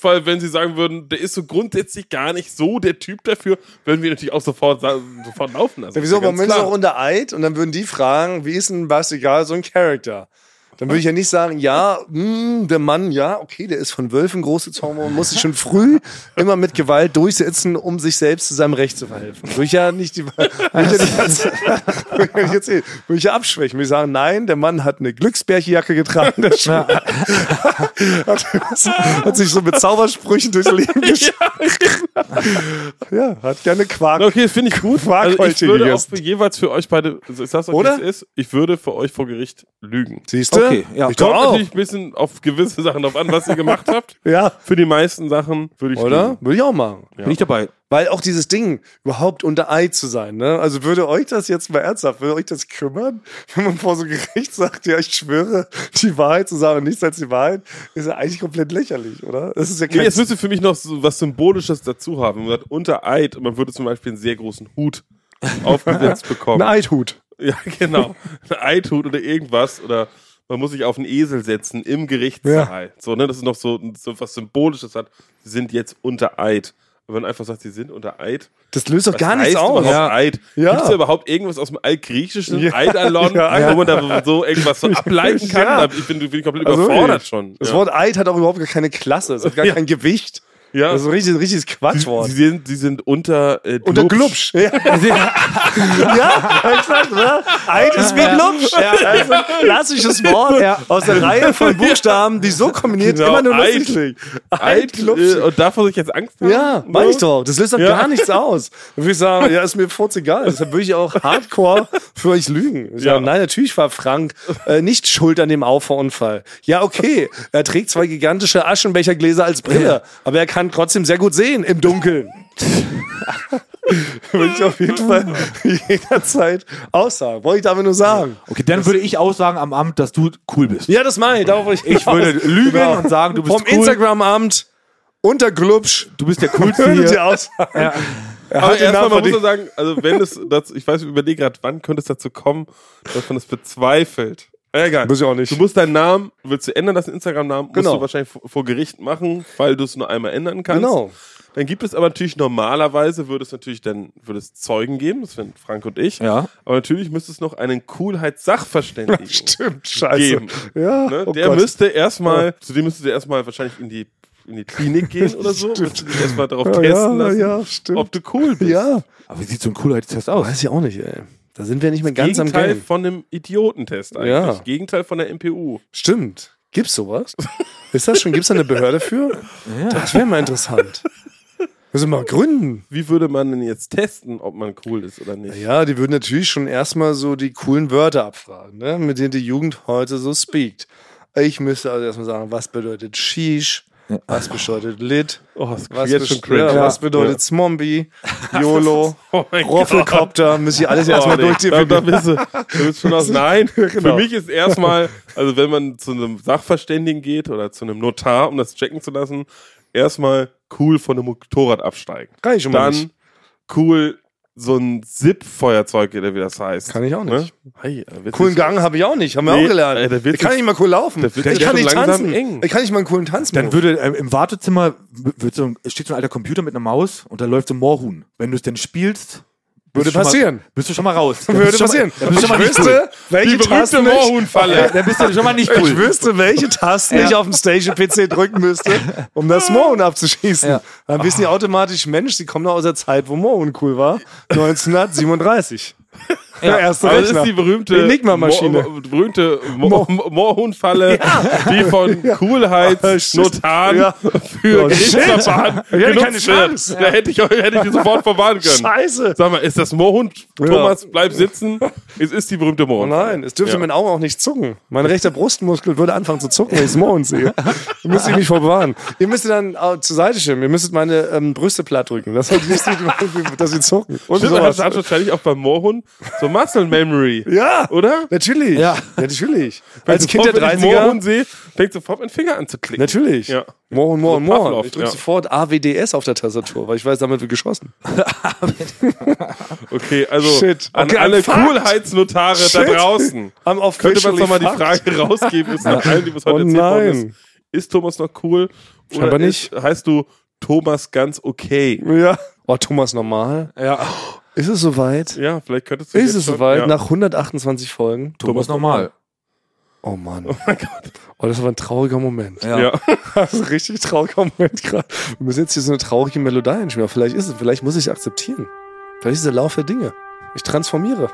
[SPEAKER 3] Weil, wenn Sie sagen würden, der ist so grundsätzlich gar nicht so der Typ dafür, würden wir natürlich auch sofort, sa- sofort laufen lassen.
[SPEAKER 2] Ja, wieso?
[SPEAKER 3] Ist ja
[SPEAKER 2] Aber man
[SPEAKER 3] ganz
[SPEAKER 2] ist
[SPEAKER 3] klar.
[SPEAKER 2] auch unter Eid und dann würden die fragen, wie ist denn Basti Gal so ein Charakter? Dann würde ich ja nicht sagen, ja, mh, der Mann, ja, okay, der ist von Wölfen großgezogen worden, muss sich schon früh immer mit Gewalt durchsetzen, um sich selbst zu seinem Recht zu verhelfen. Würde ich ja nicht die, würde ich ja nicht ganz, würde ich ja nicht erzählen. Würde ich ja abschwächen. Würde ich sagen, nein, der Mann hat eine Glücksbärchenjacke getragen, der Schuh- hat, hat sich so mit Zaubersprüchen durchs Leben geschickt. Ja, hat gerne Quark.
[SPEAKER 3] Okay, das finde ich gut. Also ich
[SPEAKER 2] Quarkhäutchen
[SPEAKER 3] würde auch
[SPEAKER 2] gegessen.
[SPEAKER 3] für jeweils für euch beide, also ich sag's euch,
[SPEAKER 2] Oder?
[SPEAKER 3] wie es ist, ich würde für euch vor Gericht lügen.
[SPEAKER 2] Siehst du?
[SPEAKER 1] Okay, ja.
[SPEAKER 2] Ich
[SPEAKER 3] Kommt
[SPEAKER 2] doch auch.
[SPEAKER 3] natürlich ein bisschen auf gewisse Sachen drauf an, was ihr gemacht habt.
[SPEAKER 2] Ja.
[SPEAKER 3] Für die meisten Sachen würde ich
[SPEAKER 2] Oder?
[SPEAKER 3] lügen.
[SPEAKER 2] Würde ich auch machen.
[SPEAKER 1] Bin ich dabei.
[SPEAKER 2] Weil auch dieses Ding, überhaupt unter Ei zu sein, ne? Also würde euch das jetzt mal ernsthaft, würde euch das kümmern, wenn man vor so einem Gericht sagt, ja, ich schwöre, die Wahrheit zu sagen und nichts als die Wahrheit, ist ja eigentlich komplett lächerlich, oder? Das ist ja
[SPEAKER 3] Nee,
[SPEAKER 2] kein
[SPEAKER 3] es müsste für mich noch so was Symbolisches dazu haben. Man sagt, unter Eid, man würde zum Beispiel einen sehr großen Hut aufgesetzt bekommen.
[SPEAKER 2] ein Eidhut.
[SPEAKER 3] Ja, genau. Ein Eidhut oder irgendwas. Oder man muss sich auf einen Esel setzen im Gerichtssaal. So, ne, das ist noch so, so was Symbolisches hat. Sie sind jetzt unter Eid. Aber wenn man einfach sagt, sie sind unter Eid.
[SPEAKER 2] Das löst doch
[SPEAKER 3] was
[SPEAKER 2] gar nichts
[SPEAKER 3] heißt
[SPEAKER 2] aus.
[SPEAKER 3] überhaupt
[SPEAKER 1] Ja.
[SPEAKER 3] Eid?
[SPEAKER 2] Ja.
[SPEAKER 3] Gibt es überhaupt irgendwas aus dem Altgriechischen?
[SPEAKER 2] Ja.
[SPEAKER 3] Eidalon?
[SPEAKER 2] Ja.
[SPEAKER 3] Wo man da so irgendwas so ableiten kann?
[SPEAKER 2] Ja.
[SPEAKER 3] Da- Ich bin, bin ich komplett
[SPEAKER 2] Also
[SPEAKER 3] überfordert
[SPEAKER 2] wirklich.
[SPEAKER 3] schon.
[SPEAKER 2] Das
[SPEAKER 3] Ja.
[SPEAKER 2] Wort Eid hat auch überhaupt gar keine Klasse, es hat gar
[SPEAKER 3] Ja.
[SPEAKER 2] kein Gewicht.
[SPEAKER 3] Ja.
[SPEAKER 2] Das ist ein richtiges, richtiges Quatschwort.
[SPEAKER 3] Sie sind, sie sind unter äh,
[SPEAKER 2] Unter Glubsch. Ja, ja exakt, ne? oder? Eid ist wie Glubsch. Ja. Das ist ein klassisches Wort
[SPEAKER 1] Ja.
[SPEAKER 2] aus der Reihe von Buchstaben, die so kombiniert
[SPEAKER 3] Genau,
[SPEAKER 2] immer nur lustig
[SPEAKER 3] Eid.
[SPEAKER 2] klingen.
[SPEAKER 3] Eid,
[SPEAKER 2] Glubsch.
[SPEAKER 3] äh, und davor soll ich jetzt Angst haben? Ne?
[SPEAKER 2] Ja,
[SPEAKER 3] So?
[SPEAKER 2] meine ich doch. Das löst doch
[SPEAKER 3] Ja.
[SPEAKER 2] gar nichts aus. Dann würde ich sagen, ja, ist mir furzegal. Deshalb würde ich auch hardcore für euch lügen. Ich
[SPEAKER 3] Ja.
[SPEAKER 2] sage, nein, natürlich war Frank äh, nicht schuld an dem Auffahrunfall. Ja, okay. Er trägt zwei gigantische Aschenbechergläser als Brille, aber er kann trotzdem sehr gut sehen im Dunkeln. würde ich auf jeden Fall jederzeit aussagen. Wollte ich damit nur sagen.
[SPEAKER 1] Okay, dann würde ich aussagen am Amt, dass du cool bist.
[SPEAKER 2] Ja, das meine ich. Darauf wollte ich
[SPEAKER 1] Ich würde
[SPEAKER 2] hinaus. Genau.
[SPEAKER 1] lügen und sagen, du bist
[SPEAKER 2] Vom
[SPEAKER 1] cool.
[SPEAKER 2] Instagram-Amt unter Glubsch.
[SPEAKER 1] Du bist der coolste
[SPEAKER 2] Würdet ihr
[SPEAKER 1] hier.
[SPEAKER 2] aussagen.
[SPEAKER 1] Ja.
[SPEAKER 2] Er
[SPEAKER 3] Aber
[SPEAKER 2] hat den
[SPEAKER 3] erstmal
[SPEAKER 2] Namen
[SPEAKER 3] man muss
[SPEAKER 2] verdient.
[SPEAKER 3] man sagen, also wenn es dazu, ich weiß, ich überlege gerade, wann könnte es dazu kommen, dass man es bezweifelt. Egal.
[SPEAKER 2] Muss ich auch nicht.
[SPEAKER 3] Du musst deinen Namen, willst du ändern, das Instagram-Namen,
[SPEAKER 2] Genau.
[SPEAKER 3] musst du wahrscheinlich vor, vor Gericht machen, weil du es nur einmal ändern kannst.
[SPEAKER 2] Genau.
[SPEAKER 3] Dann gibt es aber natürlich normalerweise, würde es natürlich dann, würde es Zeugen geben, das sind Frank und ich.
[SPEAKER 1] Ja.
[SPEAKER 3] Aber natürlich müsste es noch einen Coolheitssachverständigen.
[SPEAKER 2] Stimmt, scheiße.
[SPEAKER 3] geben.
[SPEAKER 2] Also, Ja,
[SPEAKER 3] Ne?
[SPEAKER 2] oh
[SPEAKER 3] der
[SPEAKER 2] Gott.
[SPEAKER 3] müsste erstmal, zu dem müsste der erstmal wahrscheinlich in die, in die Klinik gehen oder so. Müsste dich erstmal darauf
[SPEAKER 2] Ja,
[SPEAKER 3] testen
[SPEAKER 2] ja,
[SPEAKER 3] lassen,
[SPEAKER 2] ja, stimmt.
[SPEAKER 3] ob du cool bist.
[SPEAKER 2] Ja.
[SPEAKER 1] Aber wie sieht so ein Coolheitstest aus?
[SPEAKER 2] Oh, Weiß ich auch nicht, ey. Da sind wir nicht mehr ganz am
[SPEAKER 3] Gegenteil
[SPEAKER 2] Game.
[SPEAKER 3] von dem Idiotentest eigentlich.
[SPEAKER 2] Ja.
[SPEAKER 3] Gegenteil von der MPU.
[SPEAKER 2] Stimmt. Gibt's sowas? Ist das schon? Gibt's da eine Behörde für? Das wäre mal interessant. Müssen wir mal gründen.
[SPEAKER 3] Wie würde man denn jetzt testen, ob man cool ist oder nicht?
[SPEAKER 2] Ja, die würden natürlich schon erstmal so die coolen Wörter abfragen, ne? mit denen die Jugend heute so speakt. Ich müsste also erstmal sagen, was bedeutet Shish? Was bedeutet Lit?
[SPEAKER 3] Oh, das ist
[SPEAKER 2] Was,
[SPEAKER 3] jetzt schon
[SPEAKER 2] best-
[SPEAKER 3] cringe.
[SPEAKER 2] ja,
[SPEAKER 3] Ja.
[SPEAKER 2] was bedeutet Zombie? YOLO?
[SPEAKER 3] Oh mein Oh,
[SPEAKER 2] Roffelkopter? Müsste ich alles erstmal
[SPEAKER 3] nee. da,
[SPEAKER 2] durchdefinieren.
[SPEAKER 3] da bist du, da bist du schon aus. Nein,
[SPEAKER 2] Genau.
[SPEAKER 3] für mich ist erstmal, also wenn man zu einem Sachverständigen geht oder zu einem Notar, um das checken zu lassen, erstmal cool von einem Motorrad absteigen.
[SPEAKER 2] Kann ich schon mal
[SPEAKER 3] Dann
[SPEAKER 2] nicht.
[SPEAKER 3] cool so ein Zip-Feuerzeug oder wie das heißt.
[SPEAKER 2] Kann ich auch nicht.
[SPEAKER 3] Ne? Hey, äh, witzig.
[SPEAKER 2] Coolen Gang habe ich auch nicht, haben wir
[SPEAKER 3] Nee,
[SPEAKER 2] auch gelernt.
[SPEAKER 3] ey, der Witz
[SPEAKER 2] ich kann
[SPEAKER 3] ist-
[SPEAKER 2] nicht mal cool laufen.
[SPEAKER 3] der Witz
[SPEAKER 2] Ich
[SPEAKER 3] ist
[SPEAKER 2] kann
[SPEAKER 3] schon
[SPEAKER 2] nicht
[SPEAKER 3] langsam
[SPEAKER 2] tanzen.
[SPEAKER 3] eng.
[SPEAKER 2] Ich kann nicht mal einen coolen Tanz
[SPEAKER 1] Dann würde ähm, im Wartezimmer w- wird so, ein- steht so ein alter Computer mit einer Maus und da läuft so ein Moorhuhn. Wenn du es denn spielst, bist
[SPEAKER 2] Würde
[SPEAKER 1] du schon
[SPEAKER 2] passieren.
[SPEAKER 1] Mal, bist du schon mal raus. Dann
[SPEAKER 2] würde
[SPEAKER 1] bist du schon
[SPEAKER 2] passieren.
[SPEAKER 1] Mal, dann bist du schon mal
[SPEAKER 2] ich
[SPEAKER 1] nicht cool.
[SPEAKER 2] wüsste, welche Tasten ich,
[SPEAKER 1] Ja, dann bist du schon mal nicht
[SPEAKER 2] ich
[SPEAKER 1] cool.
[SPEAKER 2] wüsste, welche Tasten ich auf dem Station PC drücken müsste, um das Mohn abzuschießen.
[SPEAKER 1] Ja.
[SPEAKER 2] Dann wissen die automatisch, Mensch, die kommen noch aus der Zeit, wo Mohn cool war. 1937. Der erste
[SPEAKER 3] Aber das
[SPEAKER 2] Rechner.
[SPEAKER 3] ist die berühmte
[SPEAKER 2] Enigma-Maschine.
[SPEAKER 3] Mo- Mo- berühmte Mo- Mo- Moorhuhnfalle, die von Coolheit
[SPEAKER 2] Ah, shit.
[SPEAKER 3] Notan
[SPEAKER 2] Ja.
[SPEAKER 3] für
[SPEAKER 2] Oh, shit.
[SPEAKER 3] Gerichtsverfahren
[SPEAKER 2] Ich hätte keine
[SPEAKER 3] genutzt wird.
[SPEAKER 2] Chance.
[SPEAKER 3] Da hätte ich, hätte ich die sofort verwarnen können.
[SPEAKER 2] Scheiße.
[SPEAKER 3] Sag mal, ist das Moorhund? Thomas, bleib sitzen. Es ist die berühmte
[SPEAKER 2] Oh
[SPEAKER 3] Moorhund.
[SPEAKER 2] nein, es dürfte
[SPEAKER 3] Ja.
[SPEAKER 2] mein Auge auch nicht zucken. Mein rechter Brustmuskel würde anfangen zu zucken, wenn ich Mohn sehe. Ihr müsst ihr mich vorbewahren. Ihr müsst ihr dann äh, zur Seite schieben. Ihr müsstet meine ähm, Brüste platt drücken. Das hat nicht, dass sie zucken. Und
[SPEAKER 3] Stimmt,
[SPEAKER 2] sowas.
[SPEAKER 3] das hat wahrscheinlich auch beim Moorhund so Muscle Memory.
[SPEAKER 2] Ja,
[SPEAKER 3] Oder?
[SPEAKER 2] Natürlich.
[SPEAKER 1] Ja.
[SPEAKER 2] natürlich.
[SPEAKER 3] Wenn
[SPEAKER 2] Als Kind der
[SPEAKER 3] sofort, wenn ich
[SPEAKER 2] 30er.
[SPEAKER 3] Moorhuhn sehe, fängt sofort mein Finger an zu klicken.
[SPEAKER 2] Natürlich.
[SPEAKER 3] Ja.
[SPEAKER 2] More und more und more.
[SPEAKER 3] Pavlov,
[SPEAKER 2] Ich drücke
[SPEAKER 3] ja.
[SPEAKER 2] sofort AWDS auf der Tastatur, weil ich weiß, damit wird geschossen.
[SPEAKER 3] Okay, also
[SPEAKER 2] Shit.
[SPEAKER 3] an
[SPEAKER 2] Okay, ein
[SPEAKER 3] alle
[SPEAKER 2] Fakt.
[SPEAKER 3] Coolheitsnotare da
[SPEAKER 2] Shit.
[SPEAKER 3] draußen.
[SPEAKER 2] Am
[SPEAKER 3] Könnte man
[SPEAKER 2] officially
[SPEAKER 3] doch mal die
[SPEAKER 2] fucked.
[SPEAKER 3] Frage rausgeben, ist nach allem, die was heute
[SPEAKER 2] Oh
[SPEAKER 3] erzählt worden
[SPEAKER 2] nein.
[SPEAKER 3] ist. Ist Thomas noch cool?
[SPEAKER 2] Scheinbar nicht.
[SPEAKER 3] Ist, heißt du Thomas ganz okay?
[SPEAKER 2] Ja. Oh, Thomas, normal.
[SPEAKER 1] Ja.
[SPEAKER 2] Ist es soweit?
[SPEAKER 3] Ja, vielleicht könntest du
[SPEAKER 2] Ist
[SPEAKER 3] jetzt
[SPEAKER 2] es
[SPEAKER 3] schon-
[SPEAKER 2] soweit?
[SPEAKER 3] Ja.
[SPEAKER 2] Nach 128 Folgen?
[SPEAKER 1] Thomas normal.
[SPEAKER 2] Oh Mann.
[SPEAKER 3] Oh mein Gott.
[SPEAKER 2] Oh, das war ein trauriger Moment.
[SPEAKER 1] Ja.
[SPEAKER 3] Ja.
[SPEAKER 2] Das ist ein richtig trauriger Moment gerade. Wir müssen jetzt hier so eine traurige Melodie einspielen. Aber Vielleicht ist es, vielleicht muss ich es akzeptieren. Vielleicht ist der Lauf der Dinge. Ich transformiere.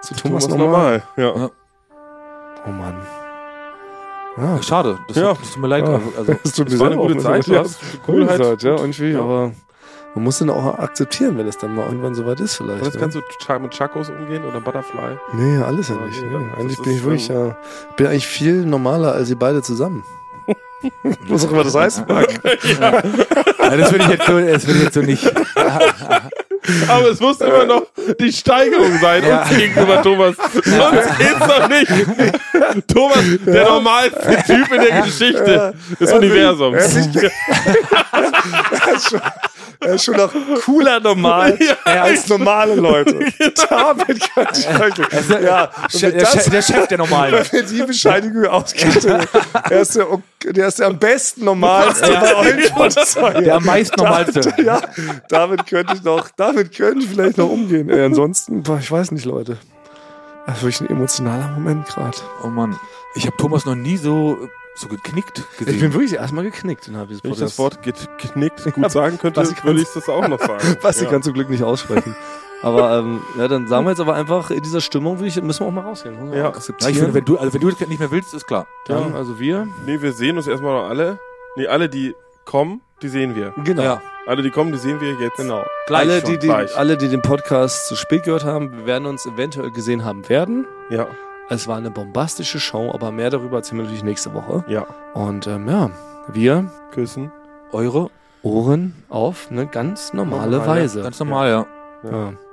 [SPEAKER 2] Zu Thomas,
[SPEAKER 3] Thomas
[SPEAKER 2] normal.
[SPEAKER 3] normal. Ja.
[SPEAKER 2] Oh Mann. Ah,
[SPEAKER 1] Schade. Das,
[SPEAKER 3] Ja.
[SPEAKER 1] das tut mir leid.
[SPEAKER 2] Ja. Ah.
[SPEAKER 1] Also,
[SPEAKER 2] Das tut mir
[SPEAKER 3] war
[SPEAKER 2] selber
[SPEAKER 3] eine gute
[SPEAKER 2] auch
[SPEAKER 3] Zeit,
[SPEAKER 2] leid.
[SPEAKER 3] du hast
[SPEAKER 2] cool
[SPEAKER 3] Coolheit.
[SPEAKER 2] Zeit, ja, irgendwie,
[SPEAKER 3] Ja.
[SPEAKER 2] aber man muss dann auch akzeptieren, wenn es dann mal irgendwann soweit ist vielleicht.
[SPEAKER 3] Und jetzt
[SPEAKER 2] ne?
[SPEAKER 3] kannst du cha- mit Chacos umgehen oder Butterfly.
[SPEAKER 2] nee, alles ja
[SPEAKER 3] Ja,
[SPEAKER 2] nicht.
[SPEAKER 3] nee,
[SPEAKER 2] nee.
[SPEAKER 3] das
[SPEAKER 2] Eigentlich
[SPEAKER 3] ist,
[SPEAKER 2] bin ich wirklich,
[SPEAKER 3] ähm,
[SPEAKER 2] ja, bin eigentlich viel normaler als ihr beide zusammen. Was auch immer das heißt, Marc.
[SPEAKER 1] ja, das würde ich, jetzt so- das würde ich jetzt so nicht.
[SPEAKER 3] Aber es muss immer noch die Steigerung sein
[SPEAKER 1] Ja.
[SPEAKER 3] uns gegenüber Thomas. Sonst geht's doch nicht. Thomas, der normalste Typ in der Geschichte des Universums.
[SPEAKER 2] Er ist schon noch cooler normal als normale Leute.
[SPEAKER 3] Genau.
[SPEAKER 2] Damit kann ich rechnen. Ja, und
[SPEAKER 1] Der,
[SPEAKER 2] wenn das-
[SPEAKER 1] Chef- der Chef der Normalen.
[SPEAKER 2] Wenn die Bescheinigung ausgeht, der ist der, der ist der am besten normalste bei euch. Polizei.
[SPEAKER 1] Der am meisten Normalste.
[SPEAKER 2] Ja, damit könnte ich noch, damit könnte ich vielleicht noch umgehen. Äh, ansonsten, boah, ich weiß nicht, Leute. Das ist wirklich ein emotionaler Moment gerade.
[SPEAKER 1] Oh Mann. Ich habe Thomas noch nie so, so geknickt gesehen.
[SPEAKER 2] wirklich erstmal geknickt in dieses
[SPEAKER 3] Wenn ich das Wort geknickt gut sagen könnte,
[SPEAKER 2] Basti kann's-
[SPEAKER 3] würde ich das auch noch sagen.
[SPEAKER 2] Was
[SPEAKER 3] Ja.
[SPEAKER 2] ich ganz zum Glück nicht aussprechen. Aber ähm, ja, dann sagen wir jetzt aber einfach, in dieser Stimmung würde ich, müssen wir auch mal rausgehen. Muss man
[SPEAKER 3] Ja.
[SPEAKER 1] Ja,
[SPEAKER 2] auch
[SPEAKER 1] ich
[SPEAKER 2] akzeptieren.
[SPEAKER 1] finde, wenn du, also wenn du das nicht mehr willst, ist klar.
[SPEAKER 2] Dann, also wir.
[SPEAKER 3] Nee, wir sehen uns erstmal noch alle. Nee, alle, die kommen, die sehen wir.
[SPEAKER 2] Genau.
[SPEAKER 1] Ja.
[SPEAKER 3] Alle, die kommen, die sehen wir jetzt.
[SPEAKER 2] Genau.
[SPEAKER 1] Gleich
[SPEAKER 2] alle,
[SPEAKER 1] schon,
[SPEAKER 2] die, den,
[SPEAKER 3] gleich.
[SPEAKER 2] alle, die den Podcast zu spät gehört haben, wir werden uns eventuell gesehen haben werden.
[SPEAKER 3] Ja,
[SPEAKER 2] Es war eine bombastische Show, aber mehr darüber erzählen wir natürlich nächste Woche.
[SPEAKER 3] ja.
[SPEAKER 2] Und ähm, ja, wir
[SPEAKER 3] Küssen.
[SPEAKER 1] Eure
[SPEAKER 2] Ohren auf eine ganz normale
[SPEAKER 3] Normale,
[SPEAKER 2] Weise.
[SPEAKER 1] ganz normal, ja.
[SPEAKER 2] ja.